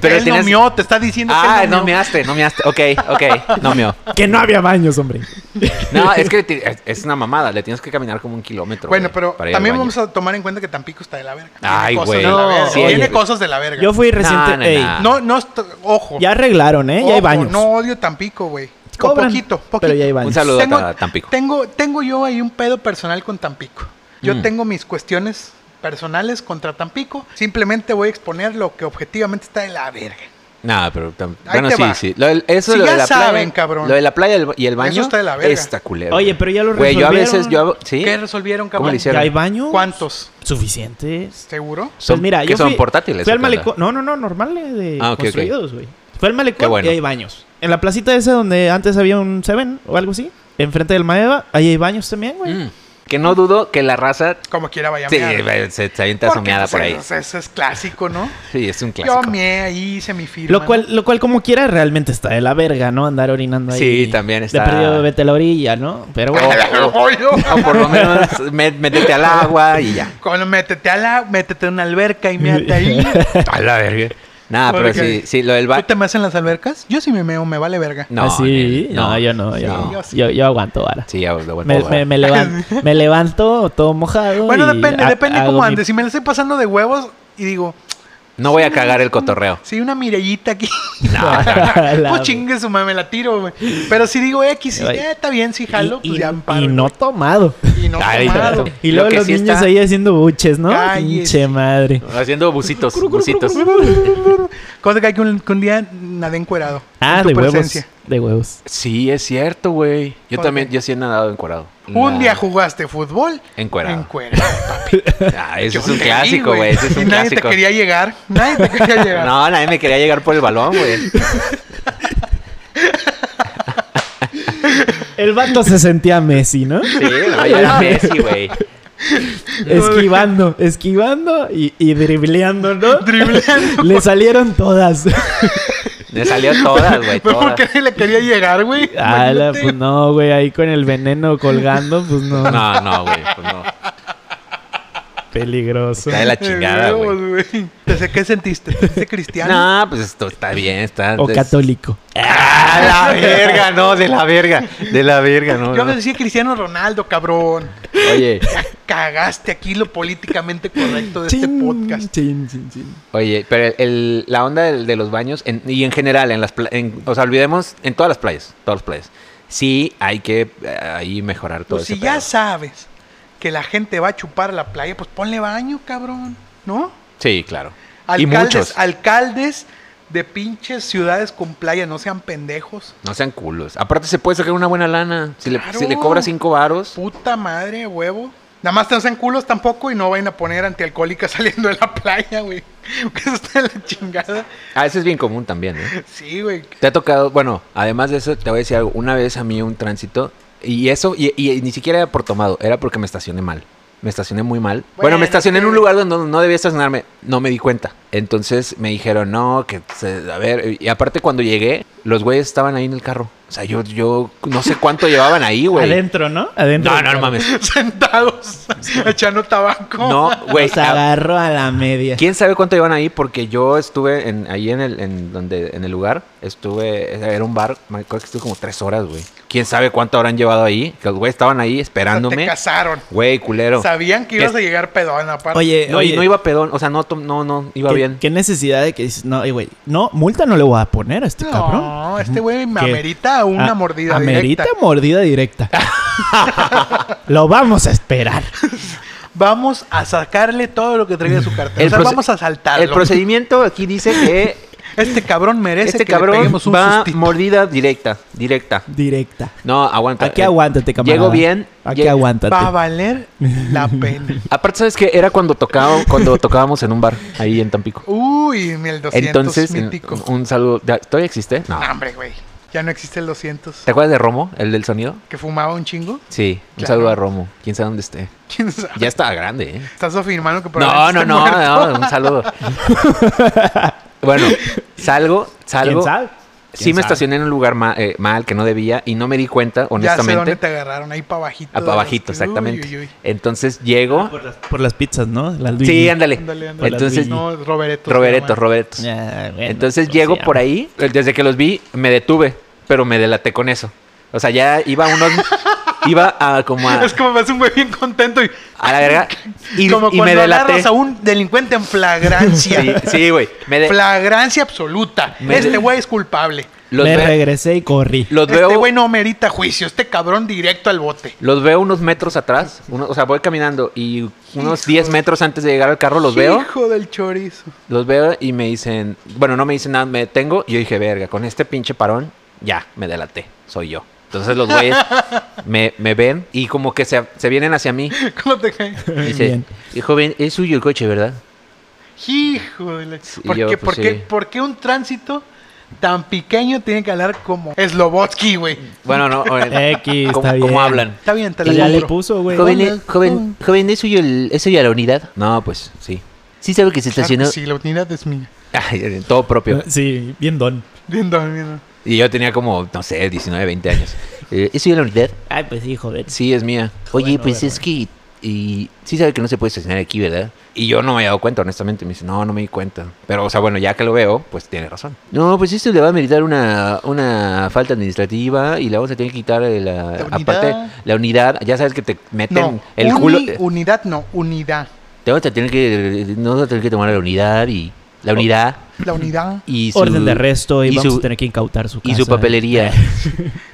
Speaker 5: Pero
Speaker 4: él
Speaker 5: tenías-
Speaker 4: no mió, te está diciendo
Speaker 5: Ah,
Speaker 4: que él no
Speaker 5: no
Speaker 4: mió.
Speaker 5: measte, no measte. Ok, ok, no meo.
Speaker 2: que no había baños, hombre.
Speaker 5: No, es que ti- es- es una mamada. Le tienes que caminar como un kilómetro.
Speaker 4: Bueno,
Speaker 5: güey,
Speaker 4: pero
Speaker 5: para ir al
Speaker 4: también
Speaker 5: baño.
Speaker 4: vamos a tomar en cuenta que Tampico está de la verga.
Speaker 5: Ay,
Speaker 4: Tiene cosas
Speaker 5: güey.
Speaker 4: de la
Speaker 2: No,
Speaker 4: verga.
Speaker 2: sí,
Speaker 4: Tiene
Speaker 5: oye.
Speaker 4: cosas de la verga.
Speaker 2: Yo fui reciente.
Speaker 5: No, no,
Speaker 2: ey,
Speaker 5: no.
Speaker 4: No, no, esto- ojo.
Speaker 2: Ya arreglaron, ¿eh? ya hay
Speaker 4: Ojo,
Speaker 2: baños.
Speaker 4: No odio Tampico, güey. Un
Speaker 2: Cobran,
Speaker 4: poquito, poquito.
Speaker 2: Pero ya hay baños.
Speaker 5: Un saludo
Speaker 4: Tengo-
Speaker 5: a Tampico.
Speaker 4: Tengo, tengo yo ahí un pedo personal con Tampico. Yo
Speaker 5: Mm.
Speaker 4: tengo mis cuestiones personales contra Tampico. Simplemente voy a exponer lo que objetivamente está de la verga.
Speaker 5: No, pero tam-
Speaker 4: Ahí
Speaker 5: bueno,
Speaker 4: te
Speaker 5: sí,
Speaker 4: va.
Speaker 5: sí. Lo del- eso
Speaker 4: Si
Speaker 5: lo
Speaker 4: ya
Speaker 5: de la
Speaker 4: saben,
Speaker 5: playa,
Speaker 4: cabrón.
Speaker 5: Lo de la playa y el- y el baño.
Speaker 4: está de la verga.
Speaker 5: Está culero.
Speaker 2: Oye,
Speaker 5: güey.
Speaker 2: pero ya lo
Speaker 5: Güey, yo a veces
Speaker 2: resolvieron.
Speaker 5: yo hago- sí.
Speaker 4: ¿Qué resolvieron, cabrón?
Speaker 5: ¿Cómo le
Speaker 2: ¿Ya
Speaker 5: hicieron?
Speaker 2: hay baños?
Speaker 4: ¿Cuántos?
Speaker 2: ¿Suficientes?
Speaker 4: ¿Seguro?
Speaker 5: Son,
Speaker 2: pues mira,
Speaker 5: que
Speaker 2: yo
Speaker 5: son
Speaker 2: fui-
Speaker 5: portátiles.
Speaker 2: Fue al
Speaker 5: ¿o qué onda?
Speaker 2: malecón. No, no, no, normales de
Speaker 5: Ah, ok, ok.
Speaker 2: construidos, güey. Fue al
Speaker 5: Qué
Speaker 2: malecón
Speaker 5: bueno.
Speaker 2: y hay baños. En la placita esa donde antes había un Seven o algo así, enfrente del Maeva, ahí hay baños también, güey.
Speaker 5: Mm. Que no dudo que la raza.
Speaker 4: Como quiera vaya a
Speaker 5: Sí,
Speaker 4: mear.
Speaker 5: eh, se, se avienta
Speaker 4: Porque,
Speaker 5: asomeada
Speaker 4: pues,
Speaker 5: por ahí.
Speaker 4: Eso, eso es clásico, ¿no?
Speaker 5: Sí, es un clásico.
Speaker 4: Yo me ahí hice mi firma.
Speaker 2: Lo cual, lo cual, como quiera, realmente está de la verga, ¿no? Andar orinando ahí.
Speaker 5: Sí, también está-
Speaker 2: De perdido, vete a la orilla, ¿no? Pero bueno.
Speaker 5: O-
Speaker 4: Oye,
Speaker 5: O Oh, por lo menos me- métete al agua y ya.
Speaker 4: Cuando métete a la, métete a una alberca y meate ahí.
Speaker 5: A la verga. Nada, pero
Speaker 4: Porque-
Speaker 5: sí, sí, lo del
Speaker 4: ¿Tú
Speaker 5: baño.
Speaker 4: te meas en las albercas? Yo sí me meo, me vale verga.
Speaker 5: No,
Speaker 2: Ah, sí.
Speaker 5: nel,
Speaker 2: no, yo no.
Speaker 5: Sí,
Speaker 2: Yo,
Speaker 5: no.
Speaker 2: yo, yo aguanto ahora.
Speaker 5: Sí, ya lo
Speaker 2: me,
Speaker 5: vuelvo
Speaker 2: me- me levan- me levanto todo mojado.
Speaker 4: Bueno,
Speaker 2: y
Speaker 4: depende,
Speaker 2: ha-
Speaker 4: depende
Speaker 2: hago
Speaker 4: cómo
Speaker 2: mi-
Speaker 4: andes. Si me la estoy pasando de huevos y digo,
Speaker 5: No voy a cagar el cotorreo.
Speaker 4: sí, una mirellita aquí.
Speaker 5: No,
Speaker 2: La-
Speaker 4: pues chingue su madre, me la tiro, güey. Pero si digo, X, sí,
Speaker 2: Ay.
Speaker 4: eh, está bien, si
Speaker 2: y-
Speaker 4: jalo,
Speaker 2: y,
Speaker 4: pues ya
Speaker 2: y
Speaker 4: me paro,
Speaker 2: no
Speaker 4: güey.
Speaker 2: tomado.
Speaker 4: Y no
Speaker 5: Ay,
Speaker 4: tomado.
Speaker 5: no.
Speaker 2: Y
Speaker 5: Lo
Speaker 2: luego
Speaker 5: que
Speaker 2: los
Speaker 5: sí
Speaker 2: niños
Speaker 5: está-
Speaker 2: ahí haciendo buches, ¿no?
Speaker 4: Cállese.
Speaker 2: Pinche madre.
Speaker 5: Haciendo bucitos, bucitos.
Speaker 4: Cosa que hay que un, que un día nadé encuerado.
Speaker 2: Ah,
Speaker 4: en tu
Speaker 2: de huevos.
Speaker 4: presencia.
Speaker 2: De huevos.
Speaker 5: Sí, es cierto, güey. Yo
Speaker 4: ¿Por
Speaker 5: también,
Speaker 4: qué?
Speaker 5: yo sí he nadado encuadrado.
Speaker 4: Un
Speaker 5: Nah.
Speaker 4: día jugaste fútbol.
Speaker 5: Encuerado.
Speaker 4: Encuerado.
Speaker 5: Ah, ese
Speaker 4: Yo
Speaker 5: es un
Speaker 4: te vi,
Speaker 5: clásico, güey. Ese es
Speaker 4: Y
Speaker 5: un
Speaker 4: nadie te
Speaker 5: clásico.
Speaker 4: quería llegar. Nadie te quería llegar.
Speaker 5: No, nadie me quería llegar por el balón, güey.
Speaker 2: El vato se sentía Messi, ¿no?
Speaker 5: Sí, no, yo era Messi, güey.
Speaker 2: Esquivando, esquivando y, y dribleando, ¿no?
Speaker 4: Dribleando.
Speaker 2: Le salieron todas.
Speaker 5: Me salió todas, güey.
Speaker 4: Pero ¿Por
Speaker 5: Todas.
Speaker 4: qué nadie le quería llegar, güey?
Speaker 2: Ah, la-
Speaker 4: Imagínate.
Speaker 2: pues no, güey, ahí con el veneno colgando, pues no.
Speaker 5: No, no, güey. Pues no.
Speaker 2: Peligroso.
Speaker 5: Está de la chingada, güey.
Speaker 4: Huevos, güey. Entonces, ¿qué sentiste? ¿Te sentiste cristiano?
Speaker 5: No, pues esto está bien, está.
Speaker 2: O
Speaker 5: es-
Speaker 2: católico.
Speaker 5: ¡Ah, la verga! No, de la verga. De la verga, no.
Speaker 4: Yo
Speaker 5: no.
Speaker 4: me decía Cristiano Ronaldo, cabrón.
Speaker 5: Oye,
Speaker 4: Cagaste aquí lo políticamente correcto de este
Speaker 2: Chin,
Speaker 4: podcast.
Speaker 2: chin, chin, chin.
Speaker 5: oye, pero el, el- la onda del- de, los baños en- y en general, en las pla- en- o sea, olvidemos, en todas las playas, todas las playas. Sí, hay que eh, ahí mejorar todo
Speaker 4: Pues si
Speaker 5: ese
Speaker 4: ya
Speaker 5: pedo.
Speaker 4: sabes que la gente va a chupar a la playa, pues ponle baño, cabrón. ¿No?
Speaker 5: Sí, claro.
Speaker 4: Alcaldes,
Speaker 5: y muchos.
Speaker 4: alcaldes de pinches ciudades con playa, no sean pendejos.
Speaker 5: No sean culos. Aparte, se puede sacar una buena lana. Si le,
Speaker 4: Claro.
Speaker 5: si le cobra cinco varos.
Speaker 4: Puta madre, huevo. Nada más no sean culos tampoco y no vayan a poner antialcohólicas saliendo de la playa, güey. Porque eso está de la chingada.
Speaker 5: Ah, eso es bien común también, ¿eh?
Speaker 4: Sí, güey.
Speaker 5: Te ha tocado, bueno, además de eso, te voy a decir algo. Una vez a mí un tránsito, y eso, y, y ni siquiera era por tomado, era porque me estacioné mal. Me estacioné muy mal. Bueno,
Speaker 4: Bueno,
Speaker 5: me estacioné en un
Speaker 4: sí.
Speaker 5: lugar donde no- no debía estacionarme. No me di cuenta. Entonces me dijeron, no, que, se- a ver, y aparte cuando llegué, los güeyes estaban ahí en el carro. O sea, yo, yo no sé cuánto llevaban ahí, güey.
Speaker 2: Adentro, ¿no? Adentro.
Speaker 5: No, no, no mames.
Speaker 4: Sentados, echando tabaco.
Speaker 5: No, güey.
Speaker 2: Los agarró a la media.
Speaker 5: ¿Quién sabe cuánto llevan ahí? Porque yo estuve en, ahí en el, en donde, en el lugar. Estuve, era un bar, me acuerdo que estuve como tres horas, güey. ¿Quién sabe cuánto habrán llevado ahí? Que los güeyes estaban ahí
Speaker 4: O sea, te
Speaker 5: esperándome.
Speaker 4: casaron.
Speaker 5: Güey, culero.
Speaker 4: Sabían que ibas
Speaker 5: Es-
Speaker 4: a llegar pedón, aparte.
Speaker 2: Oye,
Speaker 5: No,
Speaker 2: oye,
Speaker 5: y no iba pedón, o sea, no, tom- no, no, iba
Speaker 2: ¿qué,
Speaker 5: bien.
Speaker 2: qué necesidad de que dices, no, eh, güey, no, multa no le voy a poner a este cabrón.
Speaker 4: No, este güey me
Speaker 2: ¿Qué?
Speaker 4: amerita una
Speaker 5: Ah,
Speaker 2: A-
Speaker 4: mordida
Speaker 2: Amerita
Speaker 4: directa.
Speaker 2: mordida directa. Lo vamos a esperar.
Speaker 4: Vamos a sacarle todo lo que traiga de su cartera. O sea,
Speaker 5: proce-
Speaker 4: vamos a saltarlo.
Speaker 5: El procedimiento aquí dice que
Speaker 4: Este cabrón merece
Speaker 5: este
Speaker 4: que le
Speaker 5: cabrón
Speaker 4: peguemos un
Speaker 5: va
Speaker 4: sustito.
Speaker 5: mordida directa, directa.
Speaker 2: Directa.
Speaker 5: No, aguanta.
Speaker 2: Aquí
Speaker 5: eh,
Speaker 2: aguántate, camarada.
Speaker 5: Llego bien.
Speaker 2: Aquí
Speaker 5: lleg-
Speaker 2: aguántate.
Speaker 4: Va a valer la pena.
Speaker 5: Aparte, ¿sabes qué? Era cuando tocaba, cuando tocábamos en un bar ahí en Tampico.
Speaker 4: Uy, mi el 200
Speaker 5: Entonces, en-
Speaker 4: mítico.
Speaker 5: un saludo. ¿Ya- ¿Todavía existe? No.
Speaker 4: No, hombre, güey. Ya no existe el 200.
Speaker 5: ¿Te acuerdas de Romo, el del sonido?
Speaker 4: ¿Que fumaba un chingo?
Speaker 5: Sí. Un
Speaker 4: Claro.
Speaker 5: saludo a Romo. ¿Quién sabe dónde esté?
Speaker 4: ¿Quién sabe?
Speaker 5: Ya estaba grande, ¿eh?
Speaker 4: ¿Estás afirmando que
Speaker 5: No, no,
Speaker 4: probablemente
Speaker 5: no,
Speaker 4: esté muerto?
Speaker 5: no, un saludo. bueno, salgo, salgo.
Speaker 2: ¿Quién sabe?
Speaker 5: Sí
Speaker 2: ¿Quién
Speaker 5: me
Speaker 2: sabe?
Speaker 5: estacioné en un lugar ma- eh, mal que no debía y no me di cuenta,
Speaker 4: Ya sé dónde
Speaker 5: honestamente.
Speaker 4: te agarraron, ahí para abajito.
Speaker 5: Ah,
Speaker 4: de los-
Speaker 5: pa' abajito,
Speaker 4: Uy,
Speaker 5: exactamente.
Speaker 4: uy, uy.
Speaker 5: Entonces llego.
Speaker 2: Por las, por las pizzas, ¿no? Las Luigi.
Speaker 5: Sí, ándale.
Speaker 4: Ándale, ándale.
Speaker 5: Entonces,
Speaker 4: No, Robereto.
Speaker 5: Roberetos, Roberetos.
Speaker 2: Ya, bueno,
Speaker 5: Entonces
Speaker 2: pues,
Speaker 5: llego
Speaker 2: sí,
Speaker 5: por ahí, eh, desde que los vi me detuve, pero me delaté con eso. O sea, ya iba a unos iba a como a,
Speaker 4: Es como ves un güey bien contento y...
Speaker 5: a la verga y,
Speaker 4: como
Speaker 5: y
Speaker 4: cuando
Speaker 5: me delaté.
Speaker 4: agarras a un delincuente en flagrancia.
Speaker 5: Sí, sí, güey. Me de-
Speaker 4: Flagrancia absoluta.
Speaker 5: Me-
Speaker 4: este güey es culpable.
Speaker 5: los,
Speaker 2: me
Speaker 5: ve-
Speaker 2: regresé y corrí.
Speaker 5: los
Speaker 4: este
Speaker 5: veo
Speaker 4: güey no merita juicio. Este cabrón directo al bote.
Speaker 5: los veo unos metros atrás, uno- o sea, voy caminando y unos 10 metros antes de llegar al carro los veo,
Speaker 4: Hijo del chorizo.
Speaker 5: los veo y me dicen, bueno, no me dicen nada, me detengo y yo dije, "Verga, con este pinche parón ya me delaté, soy yo." Entonces los güeyes me, me ven y como que se, se vienen hacia mí.
Speaker 4: ¿Cómo te cae?
Speaker 5: Dice,
Speaker 2: Bien.
Speaker 5: "Eh, joven, es suyo el coche, ¿verdad?
Speaker 4: Hijo de la...
Speaker 5: Sí,
Speaker 4: ¿Por,
Speaker 5: yo,
Speaker 4: qué,
Speaker 5: pues,
Speaker 4: por, qué,
Speaker 5: sí.
Speaker 4: por qué un tránsito tan pequeño tiene que hablar como Slobotsky, güey?
Speaker 5: Bueno, no, ahora-
Speaker 2: X,
Speaker 5: ¿cómo,
Speaker 2: está bien.
Speaker 5: cómo hablan?
Speaker 4: Está bien, te
Speaker 2: Pues ya
Speaker 4: lo
Speaker 2: le
Speaker 4: compro.
Speaker 2: puso, güey.
Speaker 5: Joven, eh,
Speaker 4: Hola,
Speaker 5: joven, joven, ¿es suyo, el, ¿es suya la unidad? No, pues sí. Sí sabe que se
Speaker 4: Claro
Speaker 5: estacionó.
Speaker 4: que sí, la unidad es mía.
Speaker 5: Ay, todo propio.
Speaker 2: Sí, bien don.
Speaker 4: Bien, don, bien,
Speaker 5: Y yo tenía como, no sé, 19, 20 años. Eh, ¿Es suya la unidad?
Speaker 2: Ay, pues sí, joven.
Speaker 5: Sí, es mía. Oye,
Speaker 2: Bueno,
Speaker 5: pues
Speaker 2: bueno,
Speaker 5: es que... Y sí sabe que no se puede estacionar aquí, ¿verdad? Y yo no me había dado cuenta, honestamente. Me dice, no, no me di cuenta. Pero, o sea, bueno, ya que lo veo, pues tiene razón. No, pues esto le va a meritar una, una falta administrativa y le vamos a tener que quitar eh, la...
Speaker 4: La
Speaker 5: aparte,
Speaker 4: unidad.
Speaker 5: la unidad. Ya sabes que te meten
Speaker 4: No,
Speaker 5: el
Speaker 4: uni-
Speaker 5: culo...
Speaker 4: unidad no, unidad.
Speaker 5: Te vamos a tener que... No vas a tener que tomar la unidad y... La unidad
Speaker 4: La unidad.
Speaker 5: y su...
Speaker 2: Orden de arresto y,
Speaker 5: y
Speaker 2: vamos
Speaker 5: su-
Speaker 2: a tener que incautar su casa.
Speaker 5: Y su papelería.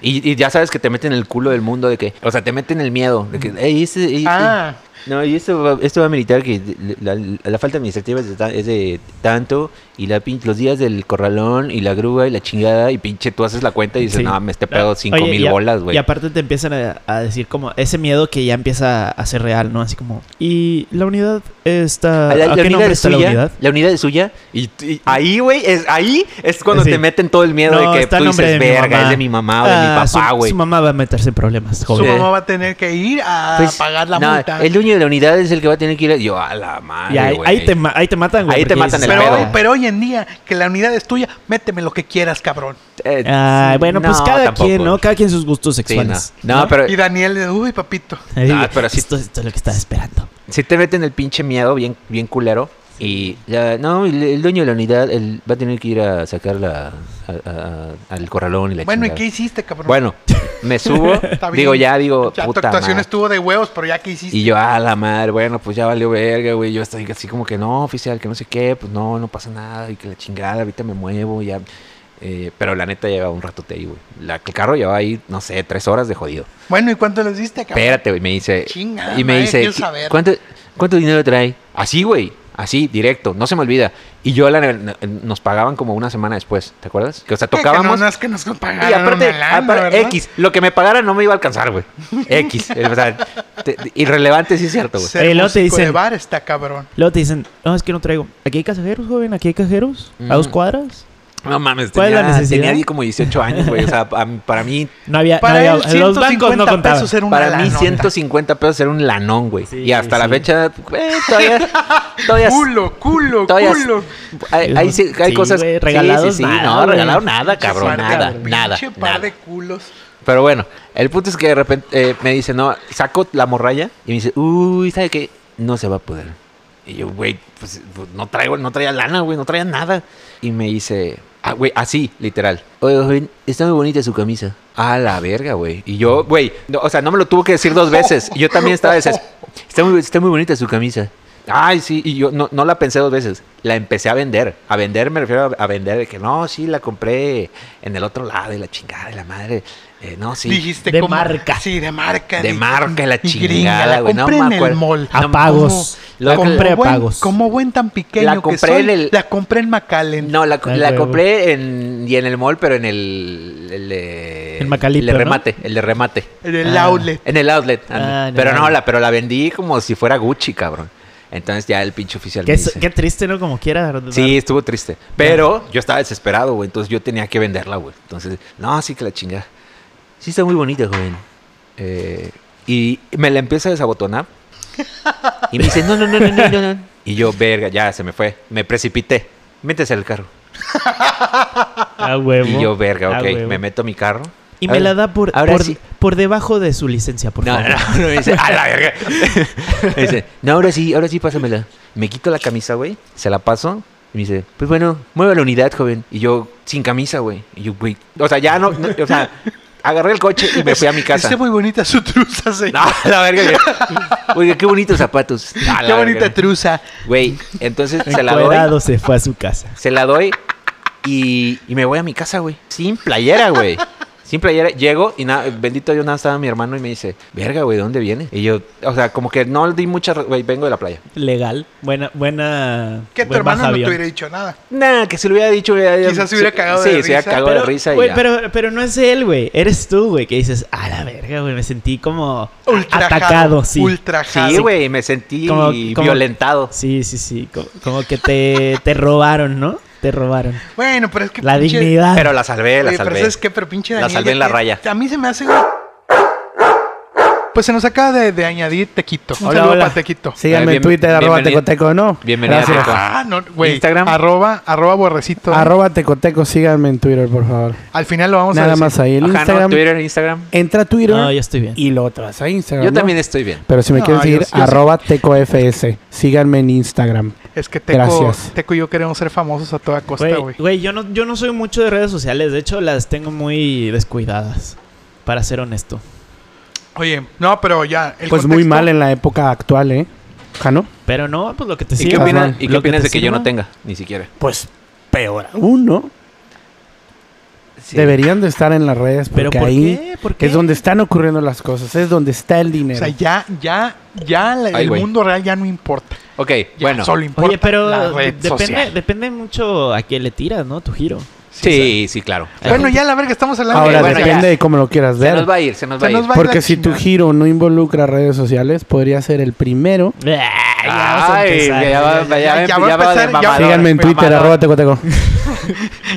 Speaker 5: y, y ya sabes que te meten el culo del mundo de que... O sea, te meten el miedo de que... "Ey, ese- ey, ey".
Speaker 4: Ah,
Speaker 5: No, y esto va, esto va a meritar que la, la- la falta administrativa es de, ta- es de tanto y la pin- los días del corralón y la grúa y la chingada y pinche tú haces la cuenta y dices,
Speaker 2: Sí.
Speaker 5: no, me este pedo
Speaker 2: Ah,
Speaker 5: 5
Speaker 2: oye, y
Speaker 5: mil
Speaker 2: a-
Speaker 5: bolas, güey.
Speaker 2: Y aparte te empiezan a, a decir como ese miedo que ya empieza a ser real, ¿no? Así como, ¿y la unidad está...
Speaker 5: Ah, La,
Speaker 2: ¿A
Speaker 5: la
Speaker 2: qué
Speaker 5: unidad
Speaker 2: nombre
Speaker 5: es
Speaker 2: está
Speaker 5: suya,
Speaker 2: la unidad?
Speaker 5: es suya y, y ahí, güey, es ahí es cuando
Speaker 2: Sí.
Speaker 5: te meten todo el miedo
Speaker 2: No,
Speaker 5: de que
Speaker 2: está
Speaker 5: tú
Speaker 2: el nombre
Speaker 5: dices,
Speaker 2: de mi
Speaker 5: verga,
Speaker 2: mamá".
Speaker 5: es de mi mamá o de mi
Speaker 2: Ah, su-
Speaker 5: papá, güey.
Speaker 2: Su mamá va a meterse en problemas,
Speaker 4: Su
Speaker 2: joven.
Speaker 4: mamá va a tener que ir a
Speaker 5: Pues,
Speaker 4: pagar la
Speaker 5: no,
Speaker 4: multa.
Speaker 5: El dueño de la unidad es el que va a tener que ir. a- Yo, a la madre.
Speaker 2: Y ahí,
Speaker 5: güey.
Speaker 2: ahí te, ma- ahí te matan, güey.
Speaker 5: Ahí te
Speaker 2: porque
Speaker 5: matan el
Speaker 2: dices,
Speaker 4: Pero,
Speaker 5: pedo.
Speaker 4: hoy,
Speaker 2: "Ah,
Speaker 4: pero hoy en día, que la unidad es tuya, méteme lo que quieras, cabrón.
Speaker 5: Eh,
Speaker 2: Ay, bueno, pues
Speaker 5: no,
Speaker 2: cada
Speaker 5: tampoco.
Speaker 2: quien, ¿no? Cada quien sus gustos
Speaker 5: Sí, no.
Speaker 2: sexuales.
Speaker 5: No, pero
Speaker 4: Y Daniel, uy, papito.
Speaker 2: Ahí,
Speaker 5: Ah, pero sí-
Speaker 2: Esto, esto es lo que estaba esperando.
Speaker 5: si te meten el pinche miedo bien, bien culero. Y ya, no, el, el dueño de la unidad él va a tener que ir a sacar la, a- a- a- al corralón y la
Speaker 4: Bueno, ¿y
Speaker 5: chingada.
Speaker 4: qué hiciste, cabrón?
Speaker 5: Bueno, me subo,
Speaker 4: Está bien.
Speaker 5: digo ya, digo,
Speaker 4: Ya, tu
Speaker 5: puta
Speaker 4: actuación
Speaker 5: madre.
Speaker 4: estuvo de huevos, pero ya que hiciste.
Speaker 5: Y yo, a la madre, bueno, pues ya valió verga, güey. Yo estoy así como que no, oficial, que no sé qué, pues no, no pasa nada, y que la chingada, ahorita me muevo, ya. Eh, pero la neta llevaba un ratote ahí, güey. La- El carro llevaba ahí, no sé, tres horas de jodido.
Speaker 4: Bueno, ¿y cuánto les diste, cabrón?
Speaker 5: Espérate, güey, me dice.
Speaker 4: Chinga,
Speaker 5: y me
Speaker 4: madre,
Speaker 5: dice,
Speaker 4: quiero saber.
Speaker 5: ¿cuánto, ¿cuánto dinero trae? Así, güey, así, directo, no se me olvida. Y yo, la, na- nos pagaban como una semana después, ¿te acuerdas? Que, o sea,
Speaker 4: Que- que
Speaker 5: tocábamos.
Speaker 4: no, no es que nos pagaron
Speaker 5: Y aparte,
Speaker 4: una lana,
Speaker 5: aparte,
Speaker 4: ¿verdad?
Speaker 5: X, lo que me pagaran no me iba a alcanzar, güey. X, o sea, te- irrelevante sí es cierto, güey.
Speaker 4: Ser
Speaker 2: Oye, luego te
Speaker 4: músico de
Speaker 2: dicen-
Speaker 4: bar está cabrón.
Speaker 2: Luego te dicen, no, es que no traigo. Aquí hay cajeros, joven, aquí hay cajeros. A dos
Speaker 5: Ujú.
Speaker 2: cuadras.
Speaker 5: No mames,
Speaker 2: ¿Cuál es
Speaker 5: tenía,
Speaker 2: la necesidad?
Speaker 5: tenía ahí como 18 años, güey. O sea, a mí- para mí,
Speaker 2: No había.
Speaker 4: Para
Speaker 2: no
Speaker 4: él,
Speaker 2: había los
Speaker 4: 150
Speaker 2: bancos no contaban.
Speaker 4: pesos era una
Speaker 5: para mí
Speaker 4: lanota.
Speaker 5: 150 pesos era un lanón, güey.
Speaker 2: Sí,
Speaker 5: y hasta la
Speaker 2: sí.
Speaker 5: fecha, eh, todavía, todavía,
Speaker 4: Culo, culo,
Speaker 5: todavía-
Speaker 4: culo.
Speaker 5: hay, hay, sí- hay
Speaker 2: Sí,
Speaker 5: cosas,
Speaker 2: güey,
Speaker 5: sí,
Speaker 2: regalados
Speaker 5: sí, sí,
Speaker 2: nada,
Speaker 5: no,
Speaker 2: güey.
Speaker 5: regalado nada, cabrón,
Speaker 4: Pinche par de-
Speaker 5: nada, nada,
Speaker 4: Pinche par
Speaker 5: nada.
Speaker 4: de culos.
Speaker 5: Pero bueno, el punto es que de repente eh, me dice, no, saco la morralla y me dice, uy, ¿sabe qué? No se va a poder. Y yo, güey, pues pues, no traigo, no traía lana, güey, no traía nada. Y me dice, ah, güey, así, literal. Oye, joven, está muy bonita su camisa. A la verga, güey. Y yo, güey, no, o sea, no me lo tuvo que decir dos veces. Yo también estaba desesperado. Está muy, está muy bonita su camisa. Ay, sí, y yo no, no la pensé dos veces. La empecé a vender. A vender me refiero a, a vender de que no, sí, la compré en el otro lado y la chingada de la madre. Eh, no, sí.
Speaker 4: Dijiste
Speaker 2: De
Speaker 4: como-
Speaker 2: marca.
Speaker 4: Sí, de marca.
Speaker 5: De
Speaker 4: dije,
Speaker 5: marca y la
Speaker 4: y
Speaker 5: chingada,
Speaker 4: gringa, la
Speaker 5: güey, no
Speaker 4: compré
Speaker 5: me
Speaker 4: en el
Speaker 5: acuerdo. Ah,
Speaker 4: mall.
Speaker 2: A
Speaker 5: No,
Speaker 2: pagos.
Speaker 5: ¿cómo?
Speaker 2: La
Speaker 5: Como
Speaker 2: compré a
Speaker 4: buen,
Speaker 2: pagos.
Speaker 4: Como buen tan pequeño
Speaker 5: La
Speaker 4: que
Speaker 5: compré
Speaker 4: soy,
Speaker 5: en el-
Speaker 4: la compré en McAllen.
Speaker 5: No, la, co-
Speaker 2: Ah,
Speaker 5: la
Speaker 2: huevo.
Speaker 5: compré en, y en el mall, pero en el. El de,
Speaker 2: En Macalito,
Speaker 5: el de
Speaker 2: ¿no?
Speaker 5: remate, el de remate.
Speaker 4: En el
Speaker 2: Ah.
Speaker 4: outlet.
Speaker 5: En el outlet.
Speaker 2: Ah,
Speaker 5: ándale.
Speaker 2: no
Speaker 5: pero no,
Speaker 2: mames.
Speaker 5: la, pero la vendí como si fuera Gucci, cabrón. Entonces ya el pinche oficial.
Speaker 2: Qué,
Speaker 5: me
Speaker 2: es-
Speaker 5: dice-
Speaker 2: qué triste, ¿no? Como quiera.
Speaker 5: Sí, estuvo triste. Pero yo estaba desesperado, güey. Entonces yo tenía que venderla, güey. Entonces, no, sí que la chinga. Sí está muy bonita, joven. Eh, y me la empieza a desabotonar. Y me dice, no, no, no, no, no, no, no. Y yo, verga, ya se me fue. Me precipité. Métese al carro.
Speaker 2: A huevo.
Speaker 5: Y yo, verga,
Speaker 2: A
Speaker 5: ok.
Speaker 2: huevo.
Speaker 5: Me meto a mi carro.
Speaker 2: Y
Speaker 5: A
Speaker 2: me
Speaker 5: ver,
Speaker 2: la da por,
Speaker 5: ahora
Speaker 2: por,
Speaker 5: sí.
Speaker 2: por debajo de su licencia, por
Speaker 5: No, no,
Speaker 2: favor.
Speaker 5: no, me dice, a la verga. Me dice, no, ahora sí, ahora sí, pásamela. Me quito la camisa, güey, se la paso. Y me dice, pues bueno, mueva la unidad, joven. Y yo, sin camisa, güey. Y yo, güey, o sea, ya no, no, o sea, agarré el coche y me fui a mi casa.
Speaker 4: Está muy bonita su truza,
Speaker 5: No,
Speaker 4: señor.
Speaker 5: a la verga. yo, Oiga, qué bonitos zapatos. A la
Speaker 4: Qué bonita
Speaker 5: verga.
Speaker 4: truza.
Speaker 5: Güey, entonces se la doy,
Speaker 2: Encuerado se fue a su casa.
Speaker 5: se la doy y, y me voy a mi casa, güey. Sin playera, güey. Sin playera, llego y nada, bendito Dios, nada, estaba mi hermano y me dice, verga, güey, ¿de dónde viene? Y yo, o sea, como que no le di mucha, re- güey, vengo de la playa.
Speaker 2: Legal. Buena, buena.
Speaker 4: Que tu
Speaker 2: buen
Speaker 4: hermano no te
Speaker 2: bajavión.
Speaker 4: hubiera dicho nada.
Speaker 5: Nah, que si lo hubiera dicho, hubiera-
Speaker 4: Quizás se hubiera cagado
Speaker 5: sí,
Speaker 4: de
Speaker 5: se hubiera
Speaker 4: risa.
Speaker 5: cagado de risa y
Speaker 2: güey,
Speaker 5: ya.
Speaker 2: pero, pero no es él, güey. Eres tú, güey, que dices, a la verga, güey. Me sentí como
Speaker 4: Ultrajado.
Speaker 2: atacado, ah, sí.
Speaker 4: Ultrajado.
Speaker 5: sí, güey, me sentí
Speaker 2: Como- como-
Speaker 5: violentado.
Speaker 2: Sí, sí, sí. co- Como, que te, te robaron, ¿no? Te robaron.
Speaker 4: Bueno, pero es que.
Speaker 2: La
Speaker 4: pinche-
Speaker 2: dignidad.
Speaker 5: Pero la salvé, la
Speaker 4: Oye,
Speaker 5: salvé.
Speaker 4: Pero ¿sabes qué? Pero pinche
Speaker 5: La
Speaker 4: Daniel
Speaker 5: salvé
Speaker 4: ya
Speaker 5: en la
Speaker 4: te-
Speaker 5: raya.
Speaker 4: A mí se me hace... Pues se nos acaba de, de añadir Tequito. Un saludo para Tequito.
Speaker 5: Eh,
Speaker 6: Síganme
Speaker 5: bien-
Speaker 6: en Twitter, arroba
Speaker 5: bienvenido.
Speaker 6: tecoteco, ¿no?
Speaker 5: Bienvenida,
Speaker 6: Gracias.
Speaker 5: Teco.
Speaker 4: Ah, no, güey.
Speaker 5: Instagram.
Speaker 4: Arroba, arroba borrecito. eh.
Speaker 6: Arroba tecoteco, síganme en Twitter, por favor.
Speaker 4: Al final lo vamos a
Speaker 6: Nada
Speaker 4: decir. Ah,
Speaker 6: más ahí. El
Speaker 5: Ajá,
Speaker 6: Instagram,
Speaker 5: ¿no? Twitter, Instagram.
Speaker 6: entra a Twitter
Speaker 2: No, yo estoy bien.
Speaker 6: y lo traes a Instagram.
Speaker 5: Yo
Speaker 6: ¿no?
Speaker 5: también estoy bien.
Speaker 6: Pero si me
Speaker 4: No,
Speaker 6: quieren
Speaker 4: Ah, yo-
Speaker 6: seguir,
Speaker 4: yo sí.
Speaker 6: arroba tecofs. Síganme en Instagram.
Speaker 4: Es que Teco,
Speaker 6: Gracias.
Speaker 4: Teco y yo queremos ser famosos a toda costa,
Speaker 2: Güey,
Speaker 4: güey.
Speaker 2: Güey, yo no, yo no soy mucho de redes sociales. De hecho, las tengo muy descuidadas. Para ser honesto.
Speaker 4: Oye, no, pero ya. el
Speaker 6: pues muy
Speaker 4: contexto-
Speaker 6: mal en la época actual, ¿eh? ¿Jano?
Speaker 2: Pero no, pues lo que te
Speaker 5: ¿Y
Speaker 2: sirve.
Speaker 5: qué opinas,
Speaker 6: ajá.
Speaker 5: y qué
Speaker 2: Lo que
Speaker 5: opinas
Speaker 2: te
Speaker 5: de que yo
Speaker 2: sirva.
Speaker 5: no tenga? Ni siquiera.
Speaker 6: Pues peor aún, ¿no?
Speaker 2: Sí.
Speaker 6: Deberían de estar en las redes porque
Speaker 2: ¿Pero por
Speaker 6: ahí
Speaker 2: qué? ¿Por qué?
Speaker 6: es donde están ocurriendo las cosas, es donde está el
Speaker 4: O
Speaker 6: dinero.
Speaker 4: sea, ya, ya, ya la-
Speaker 5: Ay,
Speaker 4: el
Speaker 5: güey.
Speaker 4: mundo real ya no importa.
Speaker 5: Ok,
Speaker 4: Ya
Speaker 5: bueno.
Speaker 4: solo importa
Speaker 2: Oye, pero
Speaker 4: la
Speaker 2: de-
Speaker 4: red
Speaker 2: depende,
Speaker 4: social.
Speaker 2: depende mucho a quién le tiras, ¿no? Tu giro.
Speaker 5: Sí, sí, claro.
Speaker 4: Bueno, ya la verga, estamos hablando
Speaker 6: Ahora
Speaker 4: de...
Speaker 5: bueno,
Speaker 6: depende
Speaker 5: ya.
Speaker 6: de cómo lo quieras
Speaker 5: Se
Speaker 6: ver.
Speaker 5: nos va a ir, se nos
Speaker 4: Se
Speaker 5: va a
Speaker 4: nos
Speaker 5: ir.
Speaker 4: va
Speaker 6: Porque
Speaker 4: la
Speaker 6: si tu
Speaker 4: chingada.
Speaker 6: giro no involucra redes sociales, podría ser el primero.
Speaker 2: Ay,
Speaker 5: Ay, ya
Speaker 4: ya,
Speaker 5: va- ya va-
Speaker 4: ya va a
Speaker 5: ya va de
Speaker 4: empezar, ya-
Speaker 5: mamador.
Speaker 6: Síganme en Twitter,
Speaker 5: Mamador.
Speaker 6: arroba tecoteco.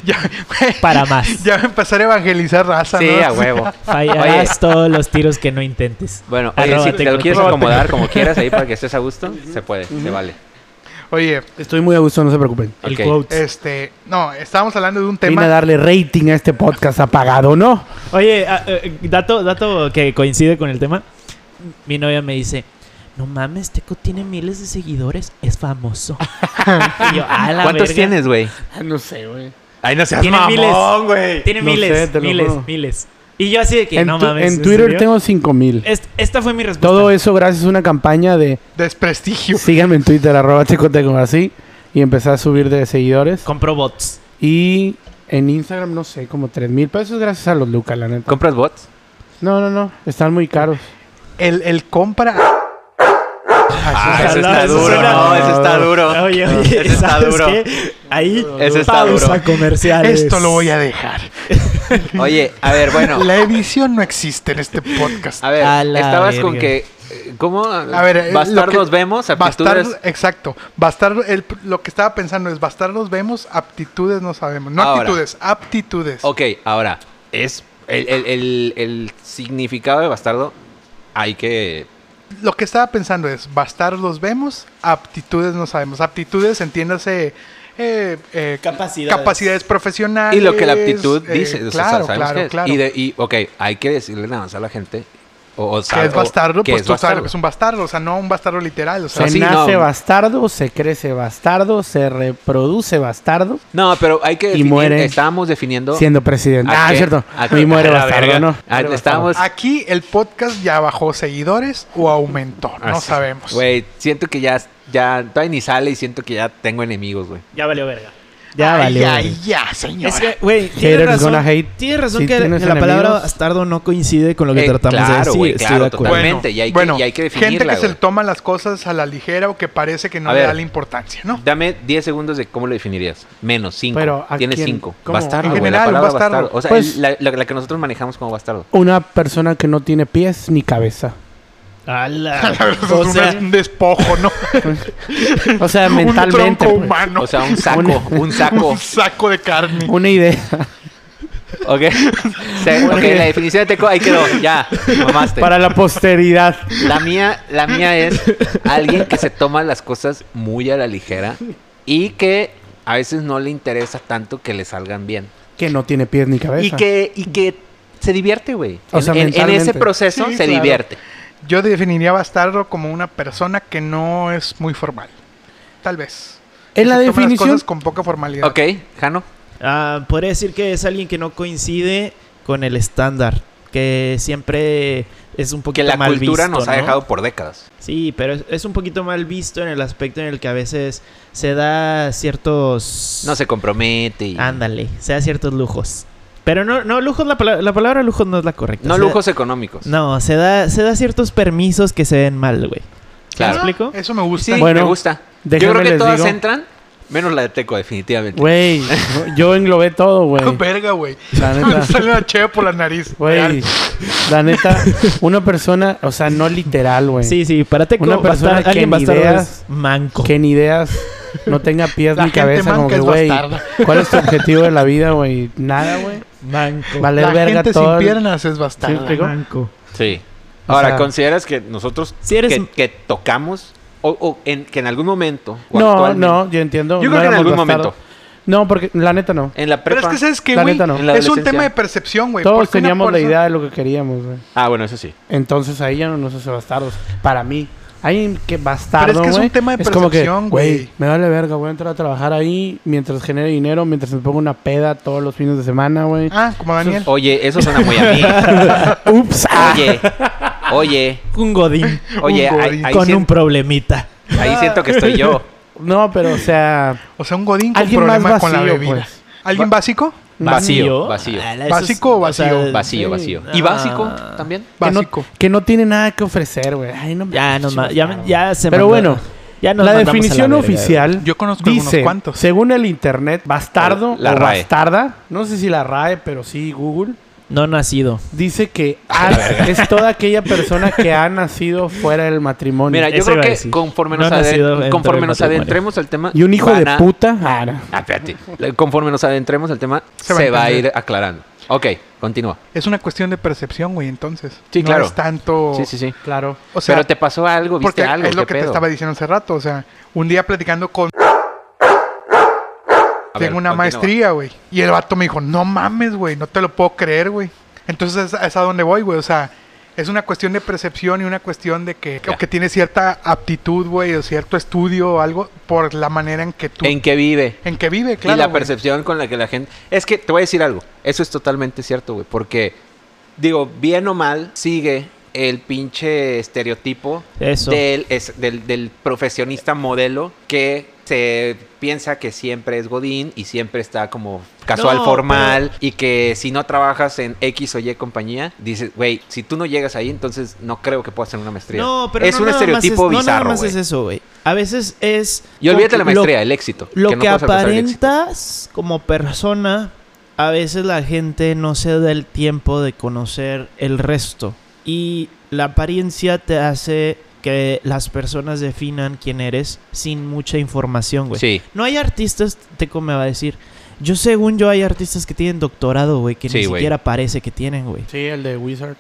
Speaker 4: Ya, güey,
Speaker 2: Para más.
Speaker 4: ya va a empezar a evangelizar raza,
Speaker 5: Sí,
Speaker 4: ¿no?
Speaker 5: a huevo.
Speaker 2: Fallarás todos los tiros que no intentes.
Speaker 5: Bueno, oye,
Speaker 2: Arroba
Speaker 5: si te lo
Speaker 2: Tecnoteco.
Speaker 5: quieres acomodar como quieras ahí para que estés a gusto, se puede, se vale.
Speaker 4: Oye,
Speaker 6: Estoy muy a gusto, no se preocupen.
Speaker 2: El
Speaker 5: Ok.
Speaker 2: quote.
Speaker 4: este... No, estábamos hablando de un
Speaker 6: Vine a
Speaker 4: tema...
Speaker 6: darle rating a este podcast apagado, ¿no?
Speaker 2: Oye, ah, eh, dato, dato que coincide con el tema. Mi novia me dice, no mames, Teco tiene miles de seguidores, es famoso. Y yo, "A la
Speaker 5: ¿Cuántos
Speaker 2: verga".
Speaker 5: tienes, güey?
Speaker 6: No sé, güey.
Speaker 5: Ay, no seas
Speaker 2: Tiene miles.
Speaker 5: güey.
Speaker 2: Tiene
Speaker 6: No
Speaker 2: miles,
Speaker 6: sé, te lo
Speaker 2: miles,
Speaker 6: juro.
Speaker 2: miles. Y yo así de que,
Speaker 6: En,
Speaker 2: no
Speaker 6: tu-
Speaker 2: mames.
Speaker 6: en Twitter
Speaker 2: serio?".
Speaker 6: tengo 5000.
Speaker 2: Est- esta fue mi respuesta.
Speaker 6: Todo eso gracias a una campaña de
Speaker 4: Desprestigio.
Speaker 6: síganme en Twitter, arroba tecoteco, así. Y empecé a subir de seguidores.
Speaker 2: Compro bots.
Speaker 6: Y en Instagram, no sé, como 3000 pesos gracias a los Lucas, la neta.
Speaker 5: ¿Compras bots?
Speaker 6: No, no, no. Están muy caros.
Speaker 4: El, el compra...
Speaker 5: Ah, eso
Speaker 2: Ojalá,
Speaker 5: está
Speaker 2: eso
Speaker 5: duro,
Speaker 2: suena-
Speaker 5: no, eso está duro.
Speaker 2: Oye, oye,
Speaker 5: Ese está
Speaker 2: ¿sabes
Speaker 5: duro.
Speaker 2: qué? Ahí,
Speaker 5: Ese está
Speaker 2: pausa
Speaker 5: duro.
Speaker 2: comercial.
Speaker 4: Esto lo voy a dejar.
Speaker 5: Oye, a ver, bueno. Ah,
Speaker 4: La edición no existe en este podcast.
Speaker 5: A ver,
Speaker 2: A la
Speaker 5: estabas con
Speaker 2: verga.
Speaker 5: que. eh, ¿Cómo?
Speaker 4: A ver, eh, lo
Speaker 5: Bastardos
Speaker 4: que-
Speaker 5: vemos, aptitudes.
Speaker 4: Bastardos, exacto. Bastardo, el- lo que estaba pensando es bastardos vemos, aptitudes no sabemos. No
Speaker 5: Ahora.
Speaker 4: aptitudes, aptitudes.
Speaker 5: Ok, ahora, es el, el- el- el significado de bastardo. Hay que.
Speaker 4: Lo que estaba pensando es bastardos vemos, aptitudes no sabemos. Aptitudes, entiéndase. eh, eh,
Speaker 2: Capacidades.
Speaker 4: capacidades profesionales.
Speaker 5: Y lo que la aptitud
Speaker 4: eh,
Speaker 5: dice. o sea,
Speaker 4: claro,
Speaker 5: sabemos
Speaker 4: claro,
Speaker 5: qué es.
Speaker 4: claro.
Speaker 5: Y, de- y, ok, hay que decirle nada más a la gente. O, o
Speaker 4: que
Speaker 5: sabe-
Speaker 4: es
Speaker 5: o-
Speaker 4: bastardo,
Speaker 5: que
Speaker 4: pues
Speaker 5: es
Speaker 4: tú sabes
Speaker 5: bastardo.
Speaker 4: lo que es un bastardo. O sea, no un bastardo literal. O sea,
Speaker 6: Se
Speaker 5: sí, no.
Speaker 6: nace bastardo, se crece bastardo, se reproduce bastardo,
Speaker 5: No, pero hay que.
Speaker 6: Y
Speaker 5: definir-
Speaker 6: muere
Speaker 5: Estábamos definiendo.
Speaker 6: siendo presidente.
Speaker 5: ¿A
Speaker 6: Ah,
Speaker 5: qué?
Speaker 6: es cierto.
Speaker 5: ¿A
Speaker 6: Y
Speaker 5: qué?
Speaker 6: muere
Speaker 5: A la
Speaker 6: bastardo,
Speaker 5: verga.
Speaker 6: ¿no?
Speaker 5: Ah,
Speaker 6: Muere
Speaker 5: estábamos-
Speaker 4: aquí el podcast ya bajó seguidores o aumentó. Ah, No
Speaker 5: Así.
Speaker 4: sabemos.
Speaker 5: Güey, siento que ya. Ya. Todavía ni sale y siento que ya tengo enemigos, güey.
Speaker 2: Ya valió verga.
Speaker 6: Ya
Speaker 4: Ay,
Speaker 6: valió,
Speaker 4: ay,
Speaker 6: güey.
Speaker 4: ya, señor.
Speaker 2: Es que, güey, tienes
Speaker 6: Haters
Speaker 2: razón,
Speaker 6: gonna hate.
Speaker 2: tienes razón
Speaker 6: Si
Speaker 2: que
Speaker 6: tienes
Speaker 2: la palabra
Speaker 6: enemigos.
Speaker 2: bastardo no coincide con lo que
Speaker 5: Eh,
Speaker 2: tratamos de
Speaker 5: claro,
Speaker 2: decir.
Speaker 5: güey,
Speaker 2: Estoy
Speaker 5: claro,
Speaker 2: de acuerdo.
Speaker 5: totalmente. y hay que- y hay
Speaker 4: Gente
Speaker 5: que
Speaker 4: que
Speaker 5: definirla,
Speaker 4: se
Speaker 5: güey.
Speaker 4: toma las cosas a la ligera o que parece que no
Speaker 5: A
Speaker 4: le
Speaker 5: ver.
Speaker 4: da la importancia, ¿no?
Speaker 5: Dame 10 segundos de cómo lo definirías. Menos 5.
Speaker 6: Pero, ¿a
Speaker 5: Tienes
Speaker 6: quién?
Speaker 5: 5.
Speaker 6: ¿Cómo?
Speaker 5: Bastardo,
Speaker 4: En
Speaker 5: güey. La
Speaker 4: general, un
Speaker 5: palabra
Speaker 4: bastardo.
Speaker 5: bastardo. O sea,
Speaker 6: Pues-
Speaker 5: el- la, la- la que nosotros manejamos como bastardo.
Speaker 6: Una persona que no tiene pies ni cabeza.
Speaker 2: Ala.
Speaker 4: Eso
Speaker 2: o
Speaker 4: es un
Speaker 2: sea,
Speaker 4: des- un despojo, ¿no?
Speaker 6: O sea,
Speaker 4: un tronco
Speaker 6: mentalmente. pues.
Speaker 4: humano.
Speaker 5: O sea, un saco. un saco.
Speaker 4: un saco de carne.
Speaker 6: Una idea.
Speaker 5: ok. Se- ok, la definición de teco ahí quedó. Ya. Mamaste.
Speaker 6: Para la posteridad.
Speaker 5: La mía, la mía es alguien que se toma las cosas muy a la ligera y que a veces no le interesa tanto que le salgan bien.
Speaker 6: Que no tiene pies ni cabeza.
Speaker 5: Y que, y que se divierte, güey.
Speaker 6: O
Speaker 5: En-
Speaker 6: sea,
Speaker 5: en, en ese
Speaker 6: mentalmente.
Speaker 5: proceso
Speaker 4: Sí,
Speaker 5: se
Speaker 4: claro.
Speaker 5: divierte.
Speaker 4: Yo definiría bastardo como una persona que no es muy formal. Tal vez. Que
Speaker 6: En la
Speaker 4: se toma las
Speaker 6: definición.
Speaker 4: cosas con poca formalidad.
Speaker 5: Ok, Jano.
Speaker 2: ah, podría decir que es alguien que no coincide con el estándar. Que siempre es un
Speaker 5: Que
Speaker 2: poquito
Speaker 5: la
Speaker 2: mal
Speaker 5: cultura
Speaker 2: visto,
Speaker 5: nos ha
Speaker 2: ¿no?
Speaker 5: dejado por décadas.
Speaker 2: Sí, pero es, es un poquito mal visto en el aspecto en el que a veces se da ciertos...
Speaker 5: No se compromete. y-
Speaker 2: Ándale, se da ciertos lujos. Pero no, no, lujos, la, palabra- la palabra lujos no es la correcta.
Speaker 5: No
Speaker 2: Se da-
Speaker 5: lujos económicos.
Speaker 2: No, se da, se da ciertos permisos que se ven mal, güey.
Speaker 5: Claro.
Speaker 2: ¿Me explico?
Speaker 4: Ah, Eso me gusta.
Speaker 5: Sí,
Speaker 6: Bueno,
Speaker 5: me gusta. Yo
Speaker 6: déjenme
Speaker 5: creo que
Speaker 6: les
Speaker 5: todas
Speaker 6: digo.
Speaker 5: entran, menos la de Teco, definitivamente.
Speaker 6: Güey, yo englobé todo, güey.
Speaker 4: Verga, güey.
Speaker 6: La neta.
Speaker 4: Me sale una cheve por la nariz.
Speaker 6: Güey,
Speaker 4: Real.
Speaker 6: la neta, una persona, o sea, no literal, güey.
Speaker 2: Sí, sí, para Teco,
Speaker 6: Una
Speaker 2: bastar-
Speaker 6: persona que
Speaker 2: alguien
Speaker 6: ni
Speaker 2: bastardo
Speaker 6: ideas-
Speaker 2: es manco.
Speaker 6: Que ni ideas, no tenga pies
Speaker 4: La
Speaker 6: ni
Speaker 4: gente
Speaker 6: cabeza, como
Speaker 4: manca
Speaker 6: que,
Speaker 4: es
Speaker 6: güey.
Speaker 4: bastarda.
Speaker 6: ¿Cuál es tu objetivo de la vida, güey? Nada, güey.
Speaker 2: Manco.
Speaker 6: Valer
Speaker 4: La
Speaker 6: verga
Speaker 4: gente
Speaker 6: todo.
Speaker 4: sin
Speaker 6: el-
Speaker 4: piernas es
Speaker 6: ¿Sí me
Speaker 4: bastardo.
Speaker 6: explico?
Speaker 2: Manco.
Speaker 5: Sí.
Speaker 6: O
Speaker 5: Ahora,
Speaker 6: sea-
Speaker 5: ¿consideras que nosotros
Speaker 2: Si eres-
Speaker 5: que, que tocamos o, o en, que en algún momento... o
Speaker 6: No,
Speaker 5: actualmente-
Speaker 6: no, yo entiendo.
Speaker 5: Yo
Speaker 6: no
Speaker 5: creo que en
Speaker 6: éramos
Speaker 5: algún
Speaker 6: bastardos.
Speaker 5: momento.
Speaker 6: No, porque la neta no.
Speaker 5: En la
Speaker 4: Pero
Speaker 5: prepa...
Speaker 4: es que sabes que,
Speaker 6: La
Speaker 4: güey,
Speaker 6: neta no.
Speaker 5: En la
Speaker 4: es un
Speaker 5: adolescencia.
Speaker 4: tema de percepción, güey.
Speaker 6: Todos
Speaker 4: Eh, Porque una
Speaker 6: teníamos la
Speaker 4: persona-
Speaker 6: idea de lo que queríamos, güey.
Speaker 5: Ah, bueno, eso sí.
Speaker 6: Entonces ahí ya no nos hace bastardos. Para mí. Alguien que bastardo,
Speaker 4: Pero es que es un
Speaker 6: güey,
Speaker 4: tema de
Speaker 6: es como que,
Speaker 4: percepción, güey.
Speaker 6: Me vale verga, voy a entrar a trabajar ahí mientras genere dinero, mientras me pongo una peda todos los fines de semana, güey.
Speaker 4: Ah, como Daniel.
Speaker 5: Oye, eso suena muy a mí.
Speaker 6: Ups. ah.
Speaker 5: Oye, oye,
Speaker 2: Un godín.
Speaker 5: oye,
Speaker 4: Un
Speaker 5: ahí,
Speaker 4: godín.
Speaker 5: ahí
Speaker 2: con
Speaker 5: sien-
Speaker 2: un problemita.
Speaker 5: ahí siento que estoy yo.
Speaker 6: No, pero o sea,
Speaker 4: O sea, un godín con
Speaker 6: alguien más
Speaker 4: problema
Speaker 6: vacío,
Speaker 4: con la bebida.
Speaker 6: pues.
Speaker 4: ¿Alguien básico?
Speaker 2: Vacío.
Speaker 5: Vacío.
Speaker 2: Ah, eso
Speaker 4: ¿Básico o vacío?
Speaker 5: Vacío,
Speaker 6: sí.
Speaker 5: vacío. ¿Y básico
Speaker 2: Ah.
Speaker 5: también?
Speaker 6: Que no,
Speaker 4: Básico.
Speaker 6: que no tiene nada que ofrecer, güey. Ay, no me-
Speaker 2: Ya, nos ma- ya, ya se mandó-
Speaker 6: Pero bueno,
Speaker 2: ya nos
Speaker 6: la
Speaker 2: mandamos a
Speaker 6: definición
Speaker 2: verga,
Speaker 6: oficial
Speaker 4: Yo conozco algunos
Speaker 6: dice,
Speaker 4: cuantos.
Speaker 6: según el internet, bastardo
Speaker 5: La
Speaker 6: o
Speaker 5: RAE.
Speaker 6: bastarda, no sé si la RAE, pero sí Google,
Speaker 2: güey. No nacido.
Speaker 6: dice que ha- es toda aquella persona que ha nacido fuera del matrimonio.
Speaker 5: Mira, yo
Speaker 2: Eso
Speaker 5: creo
Speaker 2: iba a
Speaker 5: que
Speaker 2: decir.
Speaker 5: conforme
Speaker 2: No
Speaker 5: nos,
Speaker 2: ha
Speaker 5: adentr-
Speaker 2: nacido dentro
Speaker 5: conforme
Speaker 2: del
Speaker 5: nos
Speaker 2: matrimonio.
Speaker 5: adentremos al tema.
Speaker 6: y un hijo
Speaker 5: van
Speaker 6: de
Speaker 5: a-
Speaker 6: puta. ah, no.
Speaker 5: Ah, espérate. Le- Conforme nos adentremos al tema, se
Speaker 4: Se
Speaker 5: va,
Speaker 4: va a
Speaker 5: a ir
Speaker 4: entender.
Speaker 5: aclarando. Ok, continúa.
Speaker 4: Es una cuestión de percepción, güey, entonces.
Speaker 5: Sí,
Speaker 4: no
Speaker 5: claro.
Speaker 4: es tanto...
Speaker 5: Sí, sí, sí.
Speaker 6: Claro.
Speaker 4: Oh. O sea,
Speaker 5: Pero te pasó algo, viste
Speaker 4: porque
Speaker 5: algo.
Speaker 4: es lo
Speaker 5: ¿qué
Speaker 4: que te
Speaker 5: pedo?
Speaker 4: estaba diciendo hace rato. O sea, un día platicando con...
Speaker 5: A ver,
Speaker 4: Tengo una
Speaker 5: continúa.
Speaker 4: maestría, güey. Y el vato me dijo, no mames, güey, no te lo puedo creer, güey. Entonces es, es a donde voy, güey. O sea, es una cuestión de percepción y una cuestión de que,
Speaker 5: Ya.
Speaker 4: o que tienes cierta aptitud, güey, o cierto estudio o algo por la manera en que tú...
Speaker 5: ¿En qué vive?
Speaker 4: en que vive, Eh, claro.
Speaker 5: y la
Speaker 4: güey.
Speaker 5: percepción con la que la gente... Es que te voy a decir algo. Eso es totalmente cierto, güey. Porque, digo, bien o mal, sigue el pinche estereotipo
Speaker 2: Eso.
Speaker 5: Del, es- del, del profesionista modelo que se piensa que siempre es godín y siempre está como casual
Speaker 2: No,
Speaker 5: formal y que si no trabajas en X o Y compañía, dices, güey, si tú no llegas ahí, entonces no creo que puedas hacer una maestría.
Speaker 2: No, pero
Speaker 5: es
Speaker 2: no
Speaker 5: un
Speaker 2: nada más
Speaker 5: estereotipo
Speaker 2: es- no nada
Speaker 5: bizarro,
Speaker 2: más
Speaker 5: güey.
Speaker 2: es eso, güey. A veces es...
Speaker 5: y olvídate la
Speaker 2: lo-
Speaker 5: maestría, el éxito.
Speaker 2: Lo que,
Speaker 5: no puedes alcanzar el éxito.
Speaker 2: aparentas como persona, a veces la gente no se da el tiempo de conocer el resto. Y la apariencia te hace que las personas definan quién eres sin mucha información, güey.
Speaker 5: Sí,
Speaker 2: No hay artistas, Teco me va a decir. Yo, según yo, hay artistas que tienen doctorado, güey, que
Speaker 5: Sí,
Speaker 2: ni
Speaker 5: güey.
Speaker 2: siquiera parece que tienen, güey.
Speaker 6: Sí, el de Wizard.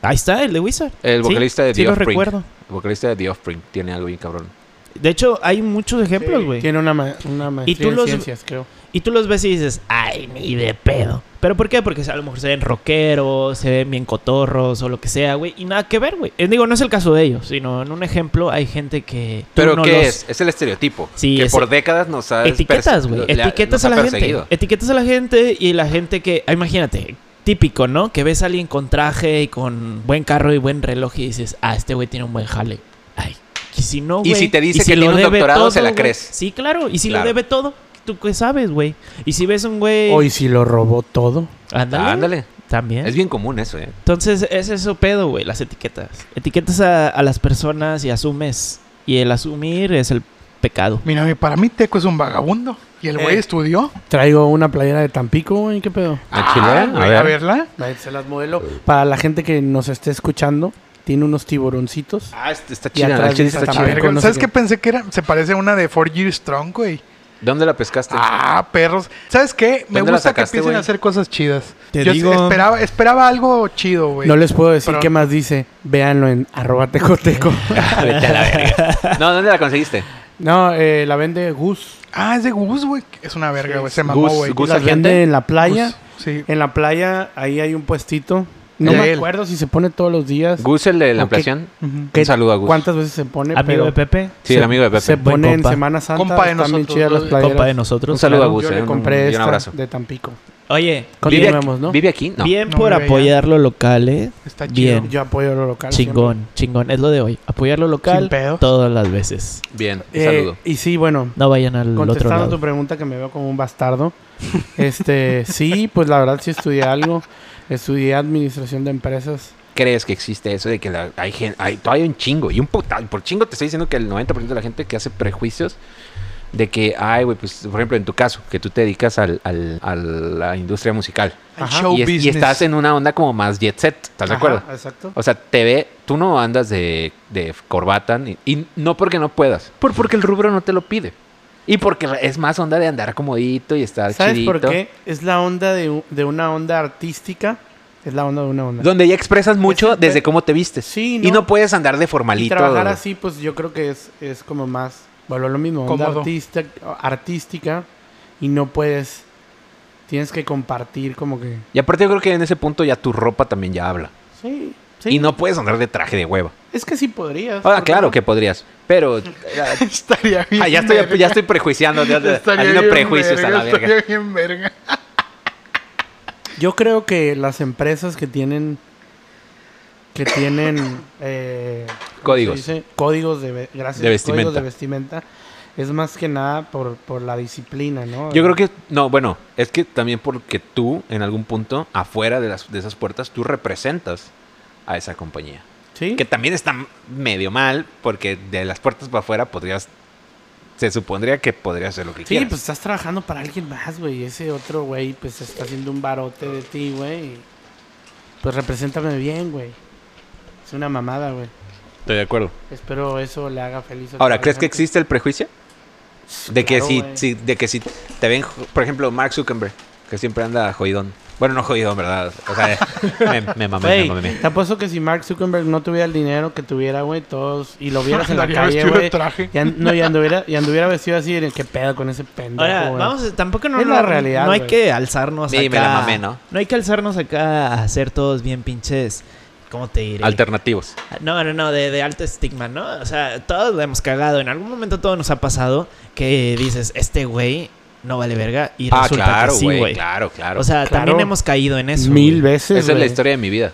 Speaker 2: Ahí está, el de Wizard.
Speaker 5: el
Speaker 2: Sí,
Speaker 5: vocalista de
Speaker 2: sí
Speaker 5: The
Speaker 2: lo
Speaker 5: Offspring.
Speaker 2: recuerdo.
Speaker 5: El vocalista de The Offspring tiene algo bien cabrón.
Speaker 2: De hecho, hay muchos ejemplos, güey.
Speaker 6: Tiene una, ma- una maestría
Speaker 2: tú
Speaker 6: en
Speaker 2: los-
Speaker 6: ciencias, creo.
Speaker 2: Y tú los ves y dices, ay, ni de pedo. ¿Pero por qué? Porque a lo mejor se ven rockeros, se ven bien cotorros o lo que sea, güey. Y nada que ver, güey. Eh, Digo, no es el caso de ellos, sino en un ejemplo hay gente que... tú
Speaker 5: ¿Pero
Speaker 2: no
Speaker 5: qué
Speaker 2: los
Speaker 5: es? Es el estereotipo.
Speaker 2: Sí,
Speaker 5: que
Speaker 2: es-
Speaker 5: por décadas nos ha
Speaker 2: Etiquetas, güey.
Speaker 5: le ha- nos
Speaker 2: Etiquetas
Speaker 5: ha
Speaker 2: a la gente.
Speaker 5: perseguido.
Speaker 2: Etiquetas a la gente y la gente que... ah, Imagínate, típico, ¿no? Que ves a alguien con traje y con buen carro y buen reloj y dices, ah, este güey tiene un buen jale. Ay, y si no,
Speaker 5: Y
Speaker 2: güey.
Speaker 5: si te dice que
Speaker 2: lo
Speaker 5: tiene un
Speaker 2: debe
Speaker 5: doctorado, se la
Speaker 2: güey.
Speaker 5: crees.
Speaker 2: Sí, claro. Y si
Speaker 5: Claro.
Speaker 2: lo debe todo, ¿tú qué sabes, güey? Y si ves un
Speaker 5: Eh,
Speaker 2: güey...
Speaker 6: Hoy si lo robó todo.
Speaker 2: Ándale.
Speaker 5: Ándale.
Speaker 2: También.
Speaker 5: Es bien común eso, ¿eh?
Speaker 2: Entonces, es eso pedo, güey, las etiquetas. Etiquetas a, a las personas y asumes. Y el asumir es el pecado.
Speaker 4: Mira, güey, para mí Teco es un vagabundo. Y el
Speaker 5: Eh.
Speaker 4: güey estudió.
Speaker 6: Traigo una playera de Tampico, güey. ¿Qué pedo?
Speaker 5: ¿A Chile?
Speaker 4: Ah, güey, a verla.
Speaker 6: Se las modelo. Para la gente que nos esté escuchando, tiene unos tiburoncitos.
Speaker 5: Ah, este está
Speaker 6: Y
Speaker 5: chida.
Speaker 6: atrás
Speaker 5: la chile
Speaker 6: dice
Speaker 5: está
Speaker 6: Tampico.
Speaker 5: chida.
Speaker 4: Verga,
Speaker 6: no sé
Speaker 4: ¿Sabes
Speaker 6: qué.
Speaker 4: qué pensé que era? Se parece a una de Four Years Strong, güey.
Speaker 5: ¿Dónde la pescaste?
Speaker 4: Ah, perros. ¿Sabes qué? Me
Speaker 5: ¿Dónde la
Speaker 4: gusta que
Speaker 5: sacaste,
Speaker 4: empiecen
Speaker 5: güey?
Speaker 4: a hacer cosas chidas.
Speaker 2: Te
Speaker 4: Yo
Speaker 2: digo-
Speaker 4: esperaba, esperaba algo chido, güey.
Speaker 6: No les puedo decir
Speaker 4: Pero-
Speaker 6: qué más dice. Véanlo en arroba tecoteco.
Speaker 5: Vete a la verga. No, ¿dónde la conseguiste?
Speaker 6: no, eh, la vende Gus.
Speaker 4: Ah, es de Gus, güey. Es una verga, güey. Se mamó,
Speaker 5: Gus-
Speaker 4: güey.
Speaker 5: Gus
Speaker 6: La
Speaker 5: Sargente?
Speaker 6: vende en la playa.
Speaker 4: Gus, Sí.
Speaker 6: En la playa, ahí hay un puestito. No
Speaker 4: De
Speaker 6: me
Speaker 4: él.
Speaker 6: acuerdo si se pone todos los días.
Speaker 5: Gus, el de la
Speaker 6: Ok.
Speaker 5: ampliación.
Speaker 4: Ujú.
Speaker 6: qué-
Speaker 5: Un saludo a Gus.
Speaker 6: ¿Cuántas veces se pone?
Speaker 2: Amigo
Speaker 6: pero
Speaker 2: de Pepe,
Speaker 5: Sí,
Speaker 6: se-
Speaker 5: el amigo de
Speaker 6: Se
Speaker 5: Pepe.
Speaker 2: Buen
Speaker 6: pone en
Speaker 2: compa.
Speaker 6: Semana Santa.
Speaker 4: Compa de
Speaker 6: están bien
Speaker 4: nosotros,
Speaker 6: chidas las
Speaker 4: compa
Speaker 6: playeras.
Speaker 2: compa de nosotros.
Speaker 5: Un saludo a
Speaker 2: claro.
Speaker 5: Gus.
Speaker 6: Yo
Speaker 5: eh,
Speaker 6: le
Speaker 5: un-
Speaker 6: compré
Speaker 5: y un
Speaker 6: esta
Speaker 5: abrazo.
Speaker 6: de Tampico.
Speaker 2: Oye,
Speaker 5: ¿Vive,
Speaker 6: Continuemos, ¿no?
Speaker 5: ¿Vive aquí? No.
Speaker 2: bien
Speaker 4: No
Speaker 2: por
Speaker 4: me veía.
Speaker 2: apoyar lo local, ¿eh?
Speaker 4: Está chido.
Speaker 2: Bien.
Speaker 6: Yo apoyo lo local.
Speaker 2: Chingón, chingón. Es lo de hoy. Apoyar lo
Speaker 4: Sin
Speaker 2: local
Speaker 4: pedos.
Speaker 2: todas las veces.
Speaker 5: Bien, un
Speaker 6: siempre. Eh,
Speaker 5: saludo.
Speaker 6: y sí, bueno,
Speaker 2: No vayan al otro
Speaker 6: contestando tu
Speaker 2: lado.
Speaker 6: pregunta que me veo como un bastardo. este, sí, pues la verdad sí estudié algo. Estudié administración de empresas.
Speaker 5: ¿Crees que existe eso de que la- hay gente, hay, todavía hay un chingo? Y un puta, por chingo te estoy diciendo que el 90% de la gente que hace prejuicios de que, ay, güey, pues, por ejemplo, en tu caso, que tú te dedicas al, al- a la industria musical.
Speaker 4: Al
Speaker 6: Ajá.
Speaker 4: show
Speaker 5: y, es- y
Speaker 4: business.
Speaker 5: estás en una onda como más jet set, ¿estás de
Speaker 6: Ajá,
Speaker 5: acuerdo?
Speaker 6: Exacto.
Speaker 5: O sea, te ve, tú no andas de, de corbata ni- y no porque no puedas, por porque el rubro no te lo pide. Y porque es más onda de andar acomodito y estar
Speaker 6: ¿Sabes
Speaker 5: chidito.
Speaker 6: por qué? Es la onda de, u- de una onda artística. Es la onda de una onda.
Speaker 5: Donde ya expresas mucho
Speaker 6: Es-
Speaker 5: desde cómo te vistes.
Speaker 6: Sí,
Speaker 5: Y
Speaker 6: ¿no?
Speaker 5: no puedes andar de
Speaker 6: Y
Speaker 5: formalito.
Speaker 6: trabajar así, pues yo creo que es, es como más, vuelvo a lo mismo, onda
Speaker 4: Cómodo.
Speaker 6: artista, artística y no puedes, tienes que compartir como que...
Speaker 5: Y aparte yo creo que en ese punto ya tu ropa también ya habla.
Speaker 6: Sí, sí.
Speaker 5: Y no puedes andar de traje de hueva.
Speaker 6: Es que sí podrías.
Speaker 5: Ahora,
Speaker 6: ¿por qué
Speaker 5: claro
Speaker 6: no?
Speaker 5: que podrías, pero... eh,
Speaker 4: Estaría bien.
Speaker 5: ah, ya, estoy,
Speaker 4: verga.
Speaker 5: ya estoy prejuiciando, ya- ya-
Speaker 4: Estaría
Speaker 5: haciendo
Speaker 4: bien
Speaker 5: prejuicios a
Speaker 4: verga,
Speaker 5: la verga.
Speaker 4: Estaría bien verga.
Speaker 6: Yo creo que las empresas que tienen... Que tienen... eh, ¿cómo se
Speaker 5: Códigos.
Speaker 6: dice? Códigos de... ve- Gracias.
Speaker 5: De vestimenta.
Speaker 6: Códigos de vestimenta. es más que nada por, por la disciplina, ¿no?
Speaker 5: Yo creo que, no, bueno, es que también porque tú, en algún punto, afuera de, las, de esas puertas, tú representas a esa compañía.
Speaker 6: Sí.
Speaker 5: Que también está medio mal, porque de las puertas para afuera podrías, se supondría que podrías hacer lo que
Speaker 6: Sí,
Speaker 5: quieras.
Speaker 6: pues estás trabajando para alguien más, güey. Ese otro güey, pues está haciendo un barote de ti, güey. Pues represéntame bien, güey. Es una mamada, güey.
Speaker 5: Estoy de acuerdo.
Speaker 6: Espero eso le haga feliz. a
Speaker 5: Ahora,
Speaker 6: toda
Speaker 5: ¿crees
Speaker 6: la
Speaker 5: que
Speaker 6: gente.
Speaker 5: existe el prejuicio? De que
Speaker 6: Claro,
Speaker 5: si,
Speaker 6: güey.
Speaker 5: si- de que si te ven, jo- por ejemplo, Mark Zuckerberg, que siempre anda jodidón. Bueno, no jodidón, ¿verdad? O sea, me, me mamé, me
Speaker 6: Güey,
Speaker 5: mamé.
Speaker 6: te apuesto que si Mark Zuckerberg no tuviera el dinero que tuviera, güey, todos... Y lo vieras en la
Speaker 4: Andaría
Speaker 6: calle,
Speaker 4: vestido de
Speaker 6: güey.
Speaker 4: traje.
Speaker 6: Y an- no, y anduviera, y anduviera vestido así, de, ¿qué pedo con ese pendejo,
Speaker 2: Ahora,
Speaker 6: güey?
Speaker 2: vamos, a- tampoco no,
Speaker 6: Es
Speaker 2: no-
Speaker 6: la realidad,
Speaker 2: no hay
Speaker 6: güey.
Speaker 2: que alzarnos
Speaker 5: Sí,
Speaker 2: acá.
Speaker 5: me la mamé, ¿no?
Speaker 2: No hay que alzarnos acá a ser todos bien pinches. ¿Cómo te diré?
Speaker 5: Alternativos.
Speaker 2: no, no, no, de, de alto estigma, ¿no? O sea, todos la hemos cagado. En algún momento todo nos ha pasado que dices, este güey no vale verga. Y
Speaker 5: Ah,
Speaker 2: resulta
Speaker 5: claro,
Speaker 2: que sí,
Speaker 5: güey.
Speaker 2: güey.
Speaker 5: claro, claro.
Speaker 2: O sea,
Speaker 6: Claro.
Speaker 2: también hemos caído en eso.
Speaker 6: Mil
Speaker 2: güey.
Speaker 6: veces,
Speaker 5: Esa es la
Speaker 6: güey.
Speaker 5: historia de mi vida.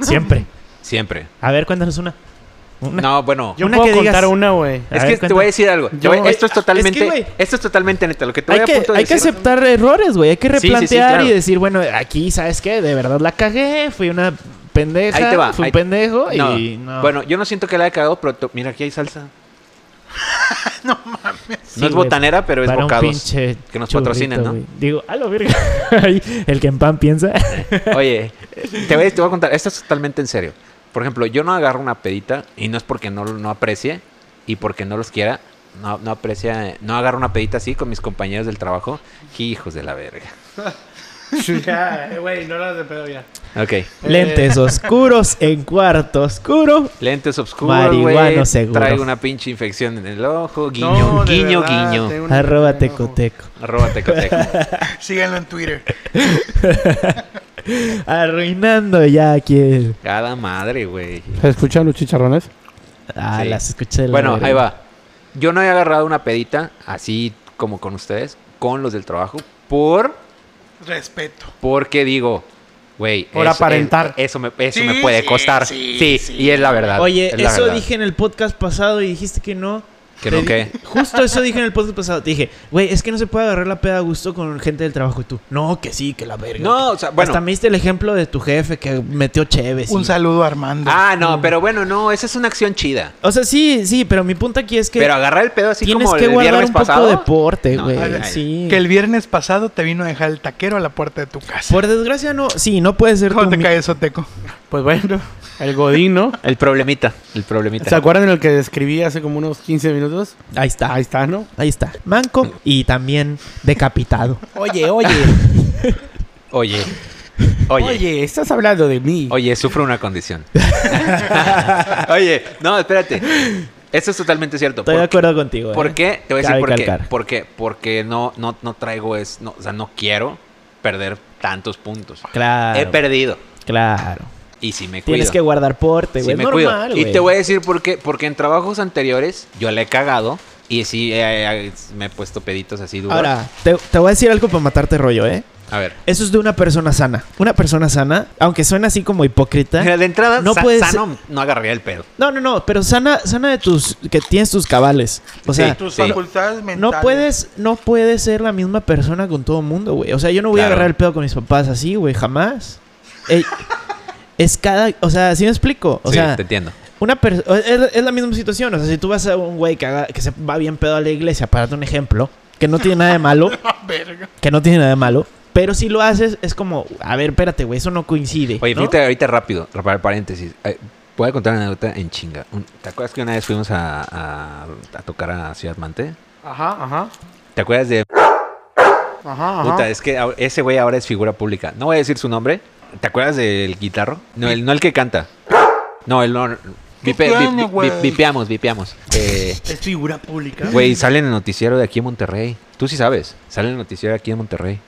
Speaker 2: Siempre.
Speaker 5: Siempre.
Speaker 2: A ver, cuéntanos una. Una.
Speaker 5: No, bueno.
Speaker 6: Yo
Speaker 2: Una
Speaker 6: puedo
Speaker 2: que digas-
Speaker 6: contar una, güey.
Speaker 2: A
Speaker 5: es
Speaker 2: ver,
Speaker 5: que te
Speaker 2: cuéntame.
Speaker 5: voy a decir algo. Te
Speaker 6: Yo-
Speaker 5: voy- esto es
Speaker 2: Es que,
Speaker 5: totalmente.
Speaker 2: güey,
Speaker 5: esto es totalmente neta. Lo que te voy
Speaker 2: Hay
Speaker 5: a
Speaker 2: que,
Speaker 5: punto de
Speaker 2: hay que
Speaker 5: decir-
Speaker 2: aceptar errores, güey. Hay que
Speaker 5: Sí, sí, sí,
Speaker 2: replantear
Speaker 5: claro.
Speaker 2: y decir, bueno, aquí, ¿sabes qué? De verdad la cagué, fui una pendeja,
Speaker 5: Ahí te va,
Speaker 2: fui
Speaker 5: ahí-
Speaker 2: un pendejo
Speaker 5: No.
Speaker 2: y no.
Speaker 5: Bueno, yo no siento que la haya cagado, pero to- mira, aquí hay salsa.
Speaker 2: Sí,
Speaker 5: no es
Speaker 2: güey,
Speaker 5: botanera, pero es
Speaker 2: para un
Speaker 5: bocados.
Speaker 2: pinche
Speaker 5: Que nos
Speaker 2: churrito,
Speaker 5: patrocinen, ¿no?
Speaker 2: güey. Digo, a lo verga. Ahí, El que en pan piensa.
Speaker 5: Oye, te voy, te voy a contar, esto es totalmente en serio. Por ejemplo, yo no agarro una pedita y no es porque no, no aprecie y porque no los quiera. No, no aprecia, no agarro una pedita así con mis compañeros del trabajo. Hijos de la verga.
Speaker 6: Ya, güey, no las de pedo ya.
Speaker 5: Ok.
Speaker 2: Lentes oscuros en cuarto oscuro.
Speaker 5: Lentes oscuros,
Speaker 2: Marihuano
Speaker 5: güey.
Speaker 2: seguro.
Speaker 5: Traigo una pinche infección en el ojo. Guiño,
Speaker 6: No, de
Speaker 5: guiño,
Speaker 6: verdad,
Speaker 5: guiño.
Speaker 6: tengo una-
Speaker 2: Arroba
Speaker 6: tengo-
Speaker 2: tecoteco.
Speaker 5: Arroba tecoteco.
Speaker 4: Síganlo en Twitter.
Speaker 2: Arruinando ya aquí. el-
Speaker 5: Cada madre, güey.
Speaker 6: ¿Se escuchan los chicharrones?
Speaker 2: Ah,
Speaker 5: Sí.
Speaker 2: las escuché. de la
Speaker 5: Bueno,
Speaker 2: verga.
Speaker 5: ahí va. Yo no he agarrado una pedita así como con ustedes, con los del trabajo, por
Speaker 4: Respeto.
Speaker 5: porque digo, güey,
Speaker 6: Por
Speaker 5: eso-
Speaker 6: aparentar.
Speaker 5: eh, eso me, eso
Speaker 4: Sí,
Speaker 5: me puede
Speaker 4: sí,
Speaker 5: costar. Sí,
Speaker 4: sí, sí.
Speaker 5: y es la verdad.
Speaker 2: Oye,
Speaker 5: es la
Speaker 2: eso
Speaker 5: verdad.
Speaker 2: dije en el podcast pasado y dijiste que no.
Speaker 5: Que
Speaker 2: Te
Speaker 5: no,
Speaker 2: di-
Speaker 5: ¿qué?
Speaker 2: Justo eso dije en el podcast pasado. Te dije, güey, es que no se puede agarrar la peda a gusto con gente del trabajo y tú. No, que sí, que la verga.
Speaker 5: No, o sea, bueno.
Speaker 2: Hasta me diste el ejemplo de tu jefe que metió chéves.
Speaker 4: Un saludo a Armando.
Speaker 5: Ah,
Speaker 2: Mm.
Speaker 5: no, pero bueno, no, esa es una acción chida.
Speaker 2: O sea, sí, sí, pero mi punto aquí es que
Speaker 5: Pero agarrar el pedo así
Speaker 2: tienes
Speaker 5: como
Speaker 2: que
Speaker 5: el
Speaker 2: guardar
Speaker 5: viernes
Speaker 2: un poco
Speaker 5: pasado.
Speaker 2: de porte,
Speaker 5: No,
Speaker 2: güey.
Speaker 5: ay, ay.
Speaker 2: sí.
Speaker 4: Que el viernes pasado te vino a dejar el taquero a la puerta de tu casa.
Speaker 2: Por desgracia, no. Sí, no puede ser
Speaker 4: ¿Cómo
Speaker 2: tu
Speaker 4: te
Speaker 2: mi-
Speaker 4: cae eso, Teco?
Speaker 6: Pues bueno, el Godino.
Speaker 5: El problemita, el problemita.
Speaker 6: ¿Se acuerdan de lo que describí hace como unos 15 minutos?
Speaker 2: Ahí está.
Speaker 6: Ahí está, ¿no?
Speaker 2: Ahí está. Manco y también decapitado.
Speaker 6: Oye, oye,
Speaker 5: Oye, oye, oye,
Speaker 6: estás hablando de mí.
Speaker 5: sufro una condición. oye, no, espérate. Esto es totalmente cierto.
Speaker 2: Estoy
Speaker 5: ¿Por
Speaker 2: de
Speaker 5: qué?
Speaker 2: acuerdo contigo.
Speaker 5: ¿Por
Speaker 2: eh.
Speaker 5: qué? Te voy a decir
Speaker 2: Cabe
Speaker 5: por qué.
Speaker 2: calcar.
Speaker 5: Porque, porque no, no, no traigo es, no, o sea, no quiero perder tantos puntos.
Speaker 2: Claro.
Speaker 5: He perdido.
Speaker 2: claro.
Speaker 5: Y si me Eh, cuido.
Speaker 2: Tienes que guardar porte,
Speaker 5: Sí
Speaker 2: güey.
Speaker 5: me
Speaker 2: es
Speaker 5: cuido.
Speaker 2: normal,
Speaker 5: Y
Speaker 2: güey.
Speaker 5: te voy a decir por qué. Porque en trabajos anteriores yo le he cagado. Y sí eh, eh, me he puesto peditos así duros.
Speaker 2: Ahora, te, te voy a decir algo para matarte rollo, ¿eh?
Speaker 5: A ver.
Speaker 2: Eso es de una persona sana. Una persona sana, aunque suena así como hipócrita.
Speaker 5: Mira, de entrada,
Speaker 2: No
Speaker 5: sa-
Speaker 2: puedes-
Speaker 5: sano no agarré el pedo.
Speaker 2: No, no, no, pero sana, sana de tus. que tienes tus cabales. O sea,
Speaker 5: Sí.
Speaker 4: facultades mentales.
Speaker 2: no puedes, no puedes ser la misma persona con todo mundo, güey. O sea, yo no voy a
Speaker 5: Claro.
Speaker 2: agarrar el pedo con mis papás así, güey, jamás. Ey, es cada. O sea, ¿sí me explico? O
Speaker 5: sí,
Speaker 2: sea,
Speaker 5: te entiendo.
Speaker 2: Una per- o- es, es la misma situación. O sea, si tú vas a un güey que, haga- que se va bien pedo a la iglesia, para darte un ejemplo, que no tiene nada de malo,
Speaker 4: Verga.
Speaker 2: que no tiene nada de malo, pero si lo haces, es como, a ver, espérate, güey, eso no coincide.
Speaker 5: Oye,
Speaker 2: ¿no?
Speaker 5: fíjate ahorita rápido, para paréntesis. eh, Voy a contar una anécdota en chinga. Un- ¿Te acuerdas que una vez fuimos a, a- a tocar a Ciudad Mante?
Speaker 6: Ajá, ajá,
Speaker 5: ¿Te acuerdas de...
Speaker 6: ajá, ajá.
Speaker 5: Puta, es que ahor- ese güey ahora es figura pública. No voy a decir su nombre. ¿Te acuerdas del guitarro? No, el, no el que canta. No, el no... Vipe,
Speaker 4: tiene,
Speaker 5: vip- vip-
Speaker 4: güey?
Speaker 5: vipeamos, vipeamos. Eh,
Speaker 6: Es figura pública.
Speaker 5: güey, sale en el noticiero de aquí en Monterrey. Tú sí sabes. Sale en el noticiero de aquí en Monterrey.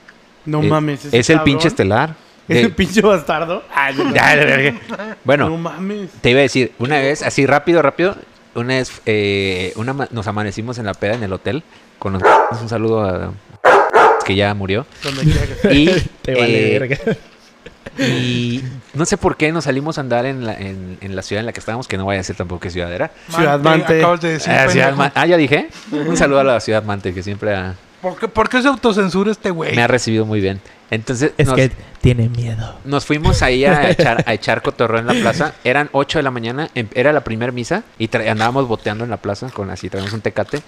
Speaker 6: No
Speaker 5: Eh,
Speaker 6: mames. ese
Speaker 5: Es el
Speaker 6: cabrón.
Speaker 5: pinche estelar.
Speaker 6: Es
Speaker 5: De-
Speaker 6: el pinche bastardo.
Speaker 5: Ya, la verga. Bueno,
Speaker 6: No mames.
Speaker 5: Te iba a decir, una vez, así rápido, rápido, una vez eh, una ma- nos amanecimos en la peda en el hotel con los un saludo a que ya murió
Speaker 6: Donde quiera que
Speaker 5: y
Speaker 2: Te vale
Speaker 5: eh,
Speaker 2: verga.
Speaker 5: Y no sé por qué nos salimos a andar en la, en, en la ciudad en la que estábamos, que no vaya a ser tampoco que ciudad era.
Speaker 4: Ciudad Mante. eh, Acabas de decir,
Speaker 5: Ah, Ciudad
Speaker 4: pendejo.
Speaker 5: Ma- ah, ya dije. Un saludo a la ciudad Mante, que siempre ha-
Speaker 4: ¿Por qué, por qué se autocensura este güey?
Speaker 5: me ha recibido muy bien. Entonces,
Speaker 2: Es
Speaker 5: nos,
Speaker 2: que tiene miedo.
Speaker 5: nos fuimos ahí a echar, a echar cotorreo en la plaza. Eran 8 de la mañana, em- era la primera misa y tra- andábamos boteando en la plaza con así, traíamos un tecate.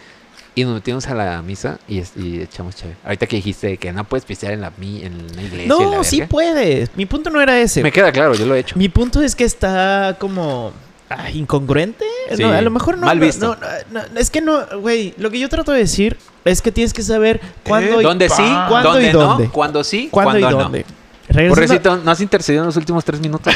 Speaker 5: Y nos metimos a la misa y, es- y echamos chévere. Ahorita que dijiste que no puedes pistear en la, mi- en la iglesia. y la
Speaker 2: No, sí
Speaker 5: verga.
Speaker 2: puedes. Mi punto no era ese.
Speaker 5: Me queda claro, yo lo he hecho.
Speaker 2: Mi punto es que está como ah, incongruente.
Speaker 5: Sí,
Speaker 2: No, a lo mejor no.
Speaker 5: mal
Speaker 2: no,
Speaker 5: visto.
Speaker 2: no, no, no, es que no, güey. Lo que yo trato de decir es que tienes que saber cuándo y
Speaker 5: ¿Dónde sí?
Speaker 2: ¿Cuándo
Speaker 5: ¿Dónde
Speaker 2: y
Speaker 5: no?
Speaker 2: dónde?
Speaker 5: ¿Cuándo sí?
Speaker 2: cuándo
Speaker 5: ¿Cuándo,
Speaker 2: y
Speaker 5: no?
Speaker 2: dónde. Regresando-
Speaker 5: Borrecito, ¿no has intercedido en los últimos tres minutos?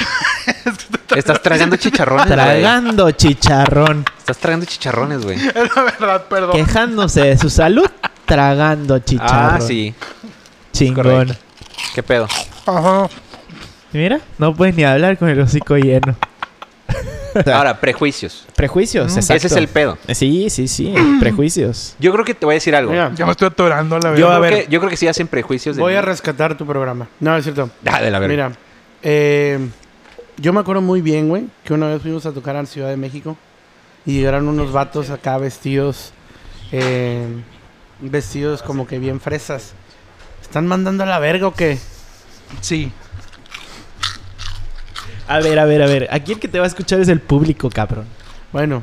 Speaker 5: Estás tragando chicharrones, güey.
Speaker 2: tragando chicharrón,
Speaker 5: Estás tragando chicharrones, güey. Ah,
Speaker 4: Es la verdad, perdón.
Speaker 2: quejándose de su salud, tragando chicharrón.
Speaker 5: Ah, sí.
Speaker 2: Chingón.
Speaker 5: correcto. ¿Qué pedo?
Speaker 4: Ajá.
Speaker 2: Mira, no puedes ni hablar con el hocico lleno.
Speaker 5: Ahora, prejuicios.
Speaker 2: Prejuicios, exacto.
Speaker 5: Mm, Ese es el pedo.
Speaker 2: Sí, sí, sí, prejuicios.
Speaker 5: Yo creo que te voy a decir algo.
Speaker 6: Mira,
Speaker 4: Ya me estoy atorando a la
Speaker 5: Yo,
Speaker 4: verdad.
Speaker 5: creo que, yo creo que sí hacen prejuicios de
Speaker 6: voy
Speaker 5: mí.
Speaker 6: a rescatar tu programa. No, es cierto.
Speaker 5: Ah, de la verga.
Speaker 6: Mira, eh, yo me acuerdo muy bien, güey, que una vez fuimos a tocar a la Ciudad de México y llegaron unos vatos acá vestidos, eh, vestidos como que bien fresas. ¿Están mandando a la verga o qué?
Speaker 4: Sí.
Speaker 2: A ver, a ver, a ver. Aquí el que te va a escuchar es el público, cabrón.
Speaker 6: Bueno,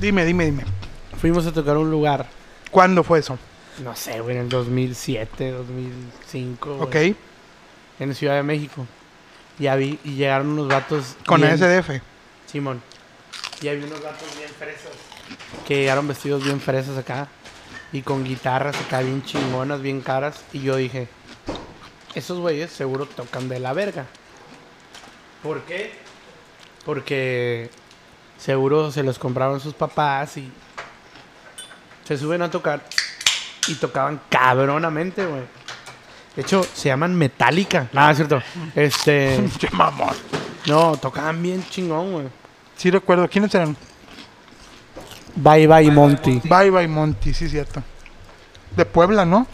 Speaker 4: Dime, dime, dime.
Speaker 6: fuimos a tocar a un lugar,
Speaker 4: ¿Cuándo fue eso?
Speaker 6: no sé, güey, en el 2007, 2005, güey,
Speaker 4: Ok.
Speaker 6: en la Ciudad de México. Y, habí- y llegaron unos vatos...
Speaker 4: Con
Speaker 6: bien-
Speaker 4: ASDF.
Speaker 6: Simón. Y había unos gatos bien fresas. Que llegaron vestidos bien fresas acá. Y con guitarras acá bien chingonas, bien caras. Y yo dije, esos güeyes seguro tocan de la verga. ¿Por qué? Porque seguro se los compraban sus papás y se suben a tocar. Y tocaban cabronamente, güey. De hecho, se llaman Metallica. Nada, es cierto. Este.
Speaker 4: Che, mamón.
Speaker 6: No, tocaban bien chingón, güey.
Speaker 4: Sí recuerdo. ¿Quiénes eran?
Speaker 6: Bye bye Monty.
Speaker 4: Bye Bye Monty, sí cierto. De Puebla, ¿no?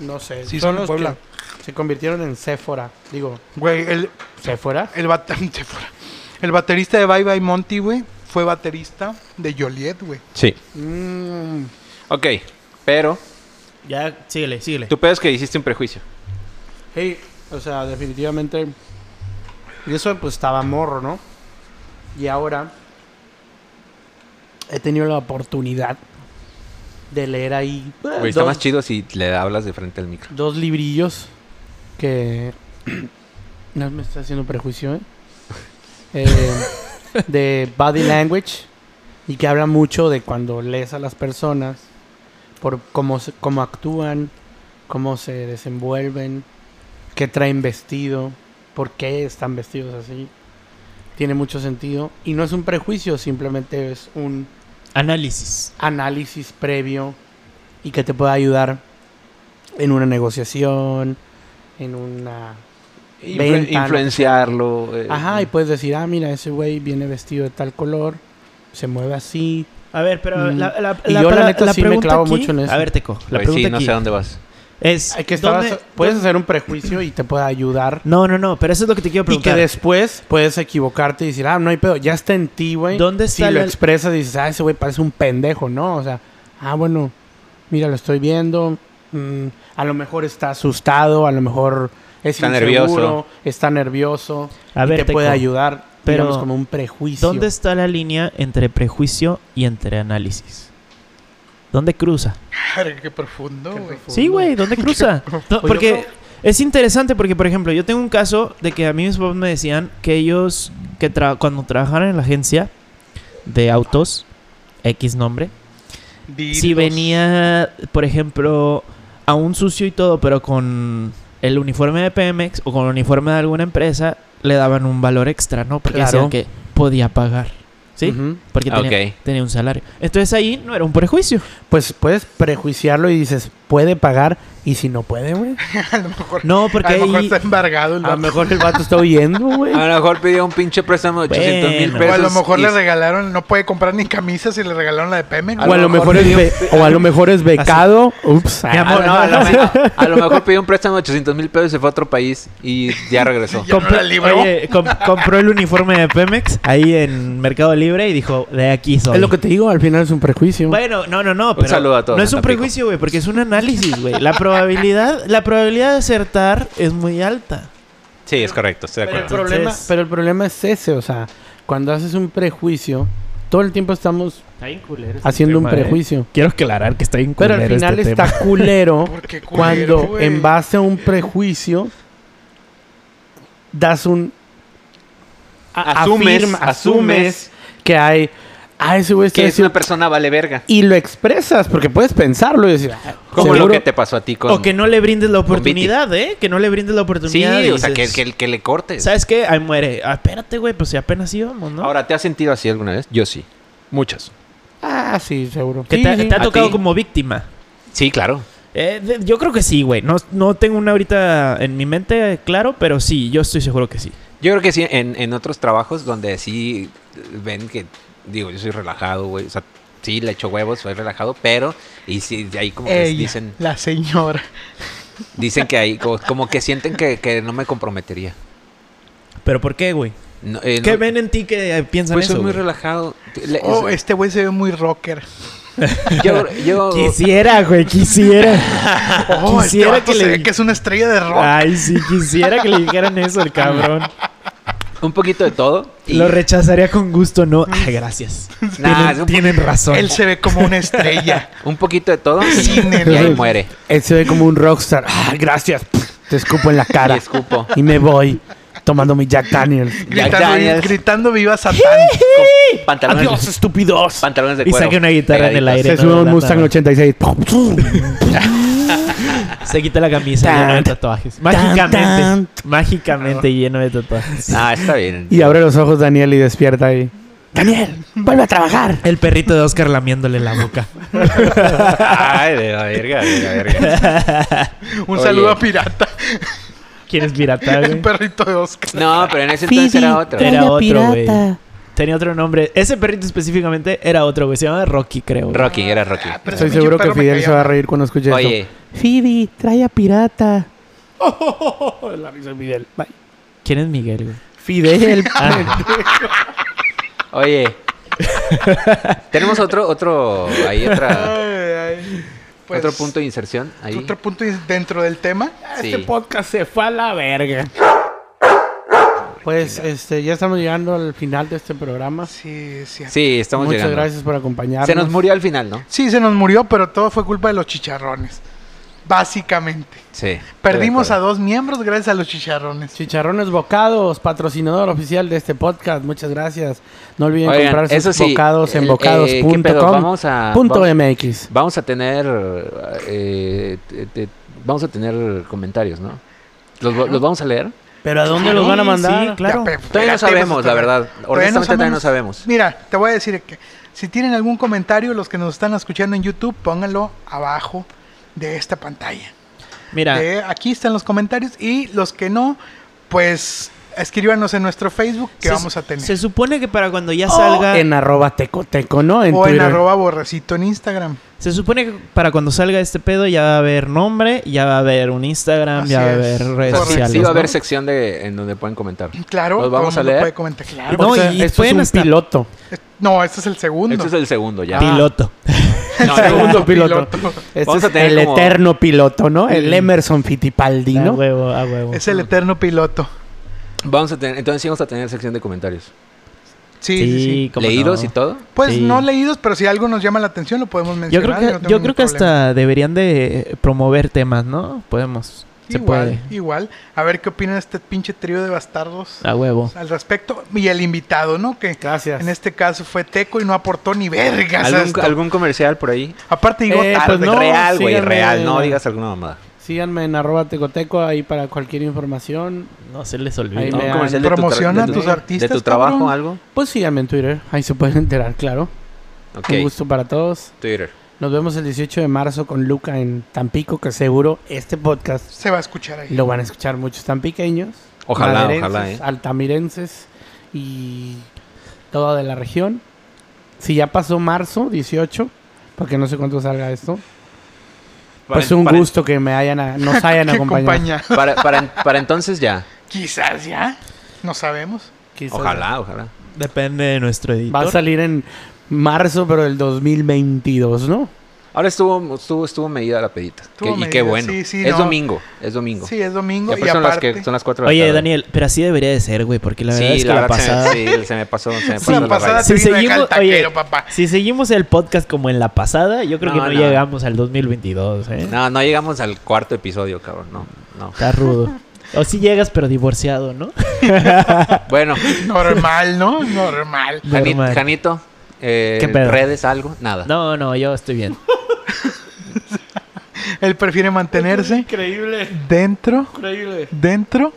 Speaker 6: No sé.
Speaker 4: Sí, son
Speaker 6: son
Speaker 4: de
Speaker 6: los
Speaker 4: Puebla.
Speaker 6: que se convirtieron en Sephora. Digo,
Speaker 4: Güey, el,
Speaker 6: ¿Sephora?
Speaker 4: el, bate- se fuera. el baterista de Bye Bye Monty, güey, fue baterista de Joliet, güey.
Speaker 5: Sí.
Speaker 6: Mm,
Speaker 5: Ok, pero
Speaker 2: Ya, síguele, síguele.
Speaker 5: tu pedo es que hiciste un prejuicio.
Speaker 6: hey, o sea, definitivamente. Y eso pues estaba morro, ¿no? Y ahora he tenido la oportunidad de leer ahí eh,
Speaker 5: Güey, está
Speaker 6: dos,
Speaker 5: más chido si le hablas de frente al micro.
Speaker 6: dos librillos que no me está haciendo prejuicio, ¿eh? Eh, de body language y que habla mucho de cuando lees a las personas, por cómo, se- cómo actúan, cómo se desenvuelven, qué traen vestido, por qué están vestidos así. Tiene mucho sentido y no es un prejuicio, simplemente es un
Speaker 2: Análisis.
Speaker 6: análisis previo y que te pueda ayudar en una negociación, en una...
Speaker 5: Influ-
Speaker 6: Venta, ¿no?
Speaker 5: influenciarlo. eh,
Speaker 6: Ajá, y puedes decir, ah, mira, ese güey viene vestido de tal color, se mueve así.
Speaker 2: A ver, pero
Speaker 6: Mm.
Speaker 2: la, la,
Speaker 6: Y
Speaker 2: la-
Speaker 6: yo, la
Speaker 2: la-
Speaker 6: neta,
Speaker 2: la
Speaker 6: sí me
Speaker 2: pregunta
Speaker 6: clavo
Speaker 2: aquí-
Speaker 6: mucho en eso.
Speaker 2: A ver, Teco,
Speaker 5: güey,
Speaker 2: la pregunta
Speaker 5: sí, no
Speaker 2: aquí
Speaker 5: sé a dónde vas.
Speaker 2: es...
Speaker 6: Hay que estar-
Speaker 2: ¿dónde-
Speaker 6: puedes
Speaker 2: dónde-
Speaker 6: hacer un prejuicio y te puede ayudar.
Speaker 2: No, no, no, pero eso es lo que te quiero
Speaker 6: Y que
Speaker 2: preguntar.
Speaker 6: después puedes equivocarte y decir, ah, no hay pedo, ya está en ti, güey.
Speaker 2: ¿Dónde
Speaker 6: Si
Speaker 2: está
Speaker 6: lo
Speaker 2: la-
Speaker 6: expresas y dices, ah, ese güey parece un pendejo, ¿no? O sea, ah, bueno, mira, lo estoy viendo. mm, a lo mejor está asustado, a lo mejor es
Speaker 5: Está
Speaker 6: inseguro,
Speaker 5: nervioso.
Speaker 6: está nervioso.
Speaker 2: A
Speaker 6: y
Speaker 2: ver,
Speaker 6: te
Speaker 2: Teco,
Speaker 6: puede ayudar,
Speaker 2: pero-
Speaker 6: pero como un prejuicio.
Speaker 2: ¿Dónde está la línea entre prejuicio y entre análisis? ¿Dónde cruza?
Speaker 4: Verga, Qué profundo, güey.
Speaker 2: Sí, güey, ¿dónde cruza? No,
Speaker 6: yo
Speaker 2: porque
Speaker 6: creo-
Speaker 2: es interesante porque, por ejemplo, yo tengo un caso de que a mí mis papás me decían que ellos, que tra- cuando trabajaron en la agencia de autos, X nombre,
Speaker 4: Dildos.
Speaker 2: si venía, por ejemplo, aún sucio y todo, pero con el uniforme de Pemex o con el uniforme de alguna empresa, le daban un valor extra, ¿no? Porque
Speaker 6: Claro.
Speaker 2: decían que podía pagar, ¿sí?
Speaker 6: Ujú.
Speaker 2: Porque tenía,
Speaker 5: Ah, Ok.
Speaker 2: tenía un salario. Entonces ahí no era un prejuicio.
Speaker 6: Pues puedes prejuiciarlo y dices, puede pagar ¿Y si no puede, güey?
Speaker 4: a lo mejor,
Speaker 2: No, porque
Speaker 4: a lo mejor
Speaker 2: ahí-
Speaker 4: está embargado el
Speaker 6: A lo
Speaker 4: vato.
Speaker 6: mejor el vato está huyendo, güey.
Speaker 5: A lo mejor pidió un pinche préstamo de 800 mil
Speaker 2: Bueno.
Speaker 5: pesos.
Speaker 4: O a lo mejor
Speaker 5: y-
Speaker 4: le regalaron, no puede comprar ni camisas y le regalaron la de Pemex.
Speaker 6: O a lo mejor es, be- o a lo mejor es becado. Ups.
Speaker 2: Mi amor,
Speaker 5: Ah, No, a lo, mejor, a lo mejor pidió un préstamo de 800 mil pesos y se fue a otro país y ya regresó.
Speaker 4: Ya no la libró.
Speaker 2: oye, com- compró el uniforme de Pemex ahí en Mercado Libre y dijo, de aquí soy.
Speaker 6: Es lo que te digo, al final es un prejuicio.
Speaker 2: Bueno, no, no, no. Pero
Speaker 5: saludo a todos
Speaker 2: No es
Speaker 5: en
Speaker 2: un
Speaker 5: Tampico.
Speaker 2: prejuicio, güey, porque es un análisis, güey. La probabilidad, la probabilidad de acertar es muy alta.
Speaker 1: Sí, es correcto, estoy de
Speaker 6: Pero el,
Speaker 1: acuerdo.
Speaker 2: Entonces-
Speaker 6: problema, pero el problema es ese, o sea, cuando haces un prejuicio, todo el tiempo estamos haciendo un prejuicio.
Speaker 2: ¿eh? Quiero aclarar que está bien este
Speaker 6: Pero al final está culero
Speaker 4: Porque culero,
Speaker 6: cuando
Speaker 4: güey.
Speaker 6: en base a un prejuicio das un a-
Speaker 5: Asumes,
Speaker 6: afirma-
Speaker 5: asumes.
Speaker 6: que hay ah ese güey está
Speaker 5: Que es una
Speaker 6: diciendo
Speaker 5: persona vale verga.
Speaker 6: y lo expresas porque puedes pensarlo y decir ah,
Speaker 5: Como lo
Speaker 6: seguro-
Speaker 5: que te pasó a ti con...
Speaker 2: O que no le brindes la
Speaker 5: con Viti.
Speaker 2: oportunidad, ¿eh? Que no le brindes la
Speaker 5: sí,
Speaker 2: oportunidad.
Speaker 5: o sea, que,
Speaker 2: dices,
Speaker 5: que, que le cortes.
Speaker 2: ¿Sabes qué? Ahí muere. Ah, espérate, güey, pues si apenas íbamos, ¿no?
Speaker 5: Ahora, ¿te has sentido así alguna vez? Yo sí. Muchas.
Speaker 6: ah sí seguro
Speaker 2: que
Speaker 6: Sí,
Speaker 2: te,
Speaker 6: sí.
Speaker 2: te ha
Speaker 5: ¿A
Speaker 2: tocado
Speaker 5: ti?
Speaker 2: como víctima.
Speaker 5: Sí, claro.
Speaker 2: Eh, de- yo creo que sí, güey. No, no tengo una ahorita en mi mente, claro, pero sí, yo estoy seguro que sí.
Speaker 5: Yo creo que sí, en, en otros trabajos donde sí eh, ven que, digo, yo soy relajado, güey. O sea, sí, le echo huevos, soy relajado, pero... Y sí, de ahí como que
Speaker 4: Ella,
Speaker 5: dicen,
Speaker 4: La señora.
Speaker 5: dicen que ahí, como, como que sienten que, que no me comprometería.
Speaker 2: ¿Pero por qué, güey?
Speaker 5: No, eh,
Speaker 2: ¿Qué
Speaker 5: no-
Speaker 2: ven en ti que eh, piensan
Speaker 5: Pues soy
Speaker 2: eso?
Speaker 5: muy
Speaker 2: güey?
Speaker 5: relajado. Le-
Speaker 4: Oh, este güey se ve muy rocker.
Speaker 5: yo, yo-
Speaker 2: Quisiera, güey, quisiera.
Speaker 6: Ah,
Speaker 4: Oh,
Speaker 2: Quisiera
Speaker 4: este vato
Speaker 2: que
Speaker 4: se
Speaker 2: le-
Speaker 4: ve que es una estrella de rock.
Speaker 2: Ay, sí, quisiera que le dijeran eso al cabrón.
Speaker 5: un poquito de todo. y-
Speaker 2: Lo rechazaría con gusto, ¿no? Ah, gracias.
Speaker 5: Nah, es
Speaker 2: tienen,
Speaker 5: un-
Speaker 2: tienen razón.
Speaker 4: Él se ve como una estrella.
Speaker 5: Un poquito de todo
Speaker 4: Cine,
Speaker 5: y, y ahí
Speaker 4: ¿no?
Speaker 5: muere.
Speaker 6: Él se ve como un rockstar. Ah, gracias. Te escupo en la
Speaker 5: Y
Speaker 6: cara.
Speaker 5: escupo.
Speaker 6: y me voy tomando mi Jack Daniels.
Speaker 5: Daniels.
Speaker 4: gritando, gritando viva Satán.
Speaker 5: Pantalones,
Speaker 6: Adiós, estúpidos.
Speaker 5: pantalones de
Speaker 2: Y
Speaker 5: cuero.
Speaker 2: saque una guitarra en el
Speaker 5: pegaditos.
Speaker 2: aire.
Speaker 6: Se
Speaker 2: no,
Speaker 6: sube un
Speaker 2: no,
Speaker 6: Mustang
Speaker 2: no.
Speaker 6: 86.
Speaker 2: Se quita la camisa
Speaker 6: Tan,
Speaker 2: lleno de tatuajes. Mágicamente.
Speaker 6: tan.
Speaker 2: Mágicamente lleno de tatuajes.
Speaker 5: Ah, está bien.
Speaker 6: y abre los ojos Daniel y despierta ahí. Daniel, vuelve a trabajar.
Speaker 2: El perrito de Oscar lamiéndole la boca.
Speaker 5: Ay, de la verga, de la verga.
Speaker 4: Un
Speaker 5: Oye.
Speaker 4: saludo a Pirata.
Speaker 2: ¿Quieres pirata,
Speaker 4: El
Speaker 2: güey?
Speaker 4: perrito de Oscar.
Speaker 5: No, pero en ese entonces era otro.
Speaker 2: Era otro, güey. Tenía otro nombre. Ese perrito específicamente era otro, güey. Se llamaba Rocky, creo. güey.
Speaker 5: Rocky, era Rocky.
Speaker 4: Ah, pero
Speaker 6: Estoy
Speaker 4: ese
Speaker 6: seguro
Speaker 4: pinche perro
Speaker 6: que
Speaker 4: me
Speaker 6: Fidel
Speaker 4: caía
Speaker 6: se va a
Speaker 4: mal.
Speaker 6: reír cuando escuche
Speaker 5: Oye,
Speaker 6: esto. Phoebe, trae a pirata. la risa de Fidel. Bye.
Speaker 2: ¿Quién es Miguel, güey?
Speaker 6: Fidel.
Speaker 5: Ah, oye. Tenemos otro, otro, ahí otra,
Speaker 4: Ay, ay. Pues,
Speaker 5: otro punto de inserción ahí.
Speaker 4: Otro este punto y- dentro del tema. Ah,
Speaker 5: Sí.
Speaker 6: Este podcast se fue a la verga. Pues este, ya estamos llegando al final de este programa.
Speaker 4: Sí, sí.
Speaker 5: Sí, estamos
Speaker 6: Muchas
Speaker 5: llegando.
Speaker 6: gracias por acompañarnos.
Speaker 5: Se nos murió al final, ¿no?
Speaker 4: Sí, se nos murió, pero todo fue culpa de los chicharrones. Básicamente.
Speaker 5: Sí.
Speaker 4: Perdimos a dos miembros gracias a los chicharrones.
Speaker 6: Chicharrones Bocados, patrocinador oficial de este podcast. Muchas gracias. No olviden
Speaker 5: Oigan,
Speaker 6: comprar sus
Speaker 5: eso sí,
Speaker 6: bocados en
Speaker 5: el- eh, ¿qué pedo?
Speaker 6: bocados.com.
Speaker 5: Vamos a-
Speaker 6: punto
Speaker 5: vamos-
Speaker 6: MX.
Speaker 5: Vamos a tener. eh, te- te- vamos a tener comentarios, ¿no? ¿Los, los vamos a leer?
Speaker 6: ¿Pero a dónde los van a mandar?
Speaker 2: Sí,
Speaker 4: Ya,
Speaker 2: claro.
Speaker 4: pe-
Speaker 5: Todavía no
Speaker 4: espérate,
Speaker 5: sabemos,
Speaker 4: pues,
Speaker 5: la verdad.
Speaker 4: todavía no
Speaker 5: Honestamente, todavía no sabemos.
Speaker 4: Mira, te voy a decir que si tienen algún comentario, los que nos están escuchando en YouTube, pónganlo abajo de esta pantalla.
Speaker 2: Mira,
Speaker 4: De- aquí están los comentarios y los que no, pues escríbanos en nuestro Facebook que
Speaker 2: se-
Speaker 4: vamos a tener.
Speaker 2: Se supone que para cuando ya salga.
Speaker 6: En arroba tecoteco, ¿no? En
Speaker 4: o
Speaker 6: Twitter.
Speaker 4: en arroba borrecito en Instagram.
Speaker 2: Se supone que para cuando salga este pedo ya va a haber nombre, ya va a haber un Instagram,
Speaker 4: Así
Speaker 2: ya va a
Speaker 4: es.
Speaker 2: haber redes
Speaker 4: Correcto.
Speaker 2: sociales.
Speaker 5: Sí, va a haber
Speaker 2: ¿no?
Speaker 5: sección de, en donde pueden comentar.
Speaker 4: Claro,
Speaker 5: Los
Speaker 4: todo
Speaker 5: vamos
Speaker 4: el
Speaker 5: a
Speaker 4: mundo
Speaker 5: leer.
Speaker 4: puede comentar. Claro.
Speaker 2: No,
Speaker 6: O sea,
Speaker 2: y
Speaker 6: esto es
Speaker 2: pueden
Speaker 6: un
Speaker 2: hasta-
Speaker 6: piloto.
Speaker 4: No, este es el segundo.
Speaker 5: Este es el segundo ya.
Speaker 2: Piloto.
Speaker 5: No, el segundo.
Speaker 6: piloto. Este
Speaker 5: Vamos a
Speaker 6: es
Speaker 5: tener
Speaker 6: el
Speaker 5: como-
Speaker 6: eterno piloto, ¿no? El Emerson Fittipaldi,
Speaker 2: A
Speaker 6: ¿no?
Speaker 2: huevo, a huevo.
Speaker 4: Es el eterno piloto.
Speaker 5: Vamos a tener, entonces sí vamos a tener sección de comentarios.
Speaker 4: Sí, sí, sí.
Speaker 2: cómo
Speaker 5: Leídos
Speaker 2: no.
Speaker 5: y todo.
Speaker 4: Pues
Speaker 2: Sí.
Speaker 4: no leídos, pero si algo nos llama la atención lo podemos
Speaker 2: Yo
Speaker 4: mencionar.
Speaker 2: creo
Speaker 4: no
Speaker 2: que,
Speaker 4: tengo
Speaker 2: yo
Speaker 4: ningún
Speaker 2: creo que
Speaker 4: problema.
Speaker 2: hasta deberían de eh, promover temas, ¿no? Podemos. Se
Speaker 4: Igual,
Speaker 2: puede.
Speaker 4: igual. A ver qué opina este pinche trío de bastardos
Speaker 2: A huevo.
Speaker 4: al respecto. Y el invitado, ¿no? Que
Speaker 6: Gracias.
Speaker 4: en este caso fue Teco y no aportó ni vergas. a
Speaker 5: ¿Algún,
Speaker 4: esto.
Speaker 5: algún comercial por ahí?
Speaker 4: Aparte digo
Speaker 6: Eh,
Speaker 4: tarde.
Speaker 6: pues no,
Speaker 5: ah, real, güey,
Speaker 6: síganme.
Speaker 5: real. No digas alguna mamada.
Speaker 6: Síganme en arroba tecoteco ahí para cualquier información.
Speaker 2: No se les
Speaker 6: Ahí
Speaker 2: olvide.
Speaker 5: No,
Speaker 6: me
Speaker 5: un
Speaker 6: dan-
Speaker 5: comercial de tu tra-
Speaker 4: promociona
Speaker 5: de
Speaker 4: a tus
Speaker 5: tu-
Speaker 4: artistas,
Speaker 5: ¿De tu
Speaker 4: cabrón.
Speaker 5: trabajo algo?
Speaker 6: Pues síganme en Twitter, ahí se pueden enterar, claro.
Speaker 5: Ok.
Speaker 6: Un gusto para todos.
Speaker 5: Twitter.
Speaker 6: Nos vemos el 18 de marzo con Luca en Tampico, que seguro este podcast
Speaker 4: Se va a escuchar ahí.
Speaker 6: lo van a escuchar muchos tampiqueños.
Speaker 5: Ojalá,
Speaker 6: maderenses,
Speaker 5: ojalá, ¿eh?
Speaker 6: Altamirenses y toda de la región. Si ya pasó marzo 18, porque no sé cuánto salga esto, pues un
Speaker 5: para-
Speaker 6: gusto que me hayan a- nos hayan
Speaker 4: Que
Speaker 6: acompañado.
Speaker 4: acompaña.
Speaker 5: Para, para, para entonces ya.
Speaker 4: Quizás ya. No sabemos.
Speaker 6: Quizás
Speaker 5: Ojalá, ojalá.
Speaker 2: Depende de nuestro
Speaker 6: Va a
Speaker 2: editor.
Speaker 6: salir en marzo, pero del 2022, ¿no?
Speaker 5: Ahora estuvo, estuvo, estuvo medida la pedita.
Speaker 4: Estuvo
Speaker 5: Que- y qué
Speaker 4: medida,
Speaker 5: bueno.
Speaker 4: sí, sí,
Speaker 5: es
Speaker 4: no.
Speaker 5: domingo, es domingo.
Speaker 4: Sí, es domingo.
Speaker 5: Ya,
Speaker 4: Y
Speaker 5: pues son, las
Speaker 4: aparte,
Speaker 5: que, son las 4 de la
Speaker 2: Oye,
Speaker 5: tarde.
Speaker 2: Daniel, pero así debería de ser, güey, porque la
Speaker 5: sí,
Speaker 2: verdad es que
Speaker 5: la
Speaker 2: la,
Speaker 5: verdad se me-
Speaker 2: pasada...
Speaker 5: sí, se me pasó, se me pasó
Speaker 4: la
Speaker 5: la
Speaker 4: pasada
Speaker 5: raya.
Speaker 2: Si
Speaker 4: te vino a dejar
Speaker 2: seguimos-
Speaker 4: el taquero,
Speaker 2: oye.
Speaker 4: papá.
Speaker 2: Si seguimos el podcast como en la pasada, yo creo que
Speaker 5: No,
Speaker 2: no,
Speaker 5: no.
Speaker 2: llegamos al 2022, ¿eh?
Speaker 5: No, no llegamos al cuarto episodio, cabrón. No, no.
Speaker 2: Está rudo. O si llegas, pero divorciado, ¿no?
Speaker 5: Bueno,
Speaker 4: Normal, ¿no? Normal.
Speaker 5: Jani-
Speaker 2: Normal.
Speaker 5: Janito, eh,
Speaker 2: ¿Qué pedo?
Speaker 5: redes, algo, nada.
Speaker 2: No, no, yo estoy bien.
Speaker 4: Él prefiere mantenerse
Speaker 6: Increíble,
Speaker 4: dentro,
Speaker 6: increíble.
Speaker 4: dentro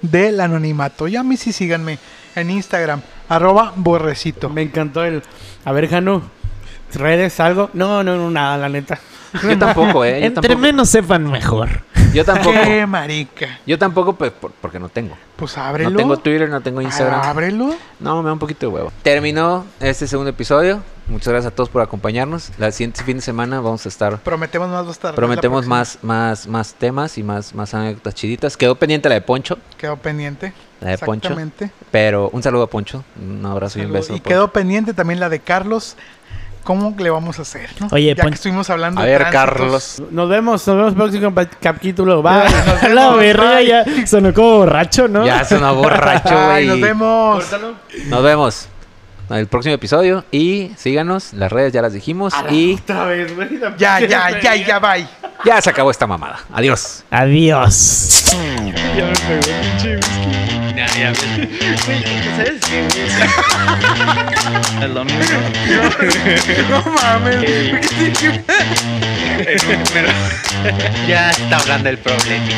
Speaker 4: del anonimato. Y a mí sí síganme en Instagram, arroba borrecito.
Speaker 6: Me encantó el. A ver, Jano, ¿redes algo? No, no, no, nada, la neta.
Speaker 5: Yo tampoco, eh. Yo
Speaker 2: Entre
Speaker 5: tampoco.
Speaker 2: menos Eh, sepan, mejor.
Speaker 5: Yo tampoco.
Speaker 4: Qué marica.
Speaker 5: Yo tampoco, pues, por- porque no tengo.
Speaker 4: Pues ábrelo.
Speaker 5: No tengo Twitter, no
Speaker 4: Ah,
Speaker 5: tengo Instagram.
Speaker 4: Ábrelo.
Speaker 5: No, me da un poquito de huevo. Terminó este segundo episodio. Muchas gracias a todos por acompañarnos. La siguiente fin de semana vamos a estar.
Speaker 4: Prometemos más bastardos.
Speaker 5: Prometemos más, más, más temas y más, más anécdotas chiditas. Quedó pendiente la de Poncho,
Speaker 4: Quedó pendiente.
Speaker 5: La de Poncho.
Speaker 4: Exactamente.
Speaker 5: pero un saludo a Poncho, un abrazo y un
Speaker 4: Saludos.
Speaker 5: beso.
Speaker 4: Y
Speaker 5: Poncho.
Speaker 4: quedó pendiente también la de Carlos. ¿Cómo le vamos a hacer? no?
Speaker 2: Oye,
Speaker 4: ya
Speaker 2: Pon-
Speaker 4: que estuvimos hablando
Speaker 5: A
Speaker 4: de
Speaker 5: ver,
Speaker 4: tránsitos.
Speaker 5: Carlos.
Speaker 6: Nos vemos, nos vemos próximo pa- capítulo. Bye.
Speaker 4: Nos vemos.
Speaker 2: la verga ya sonó como borracho, ¿no?
Speaker 5: Ya sonó borracho,
Speaker 4: Ay,
Speaker 5: güey.
Speaker 4: nos vemos.
Speaker 5: Nos vemos en el próximo episodio y síganos. Las redes ya las dijimos y
Speaker 6: Otra vez, güey.
Speaker 4: Ya, ya, ya, ya, bye.
Speaker 5: ya se acabó esta mamada. Adiós.
Speaker 2: Adiós.
Speaker 6: Ya me pegó el pinche whisky.
Speaker 3: Ya, ya.
Speaker 6: Güey, ¿sabes qué, güey?
Speaker 3: Es lo mismo.
Speaker 4: No mames.
Speaker 3: Pero ya está hablando el problema.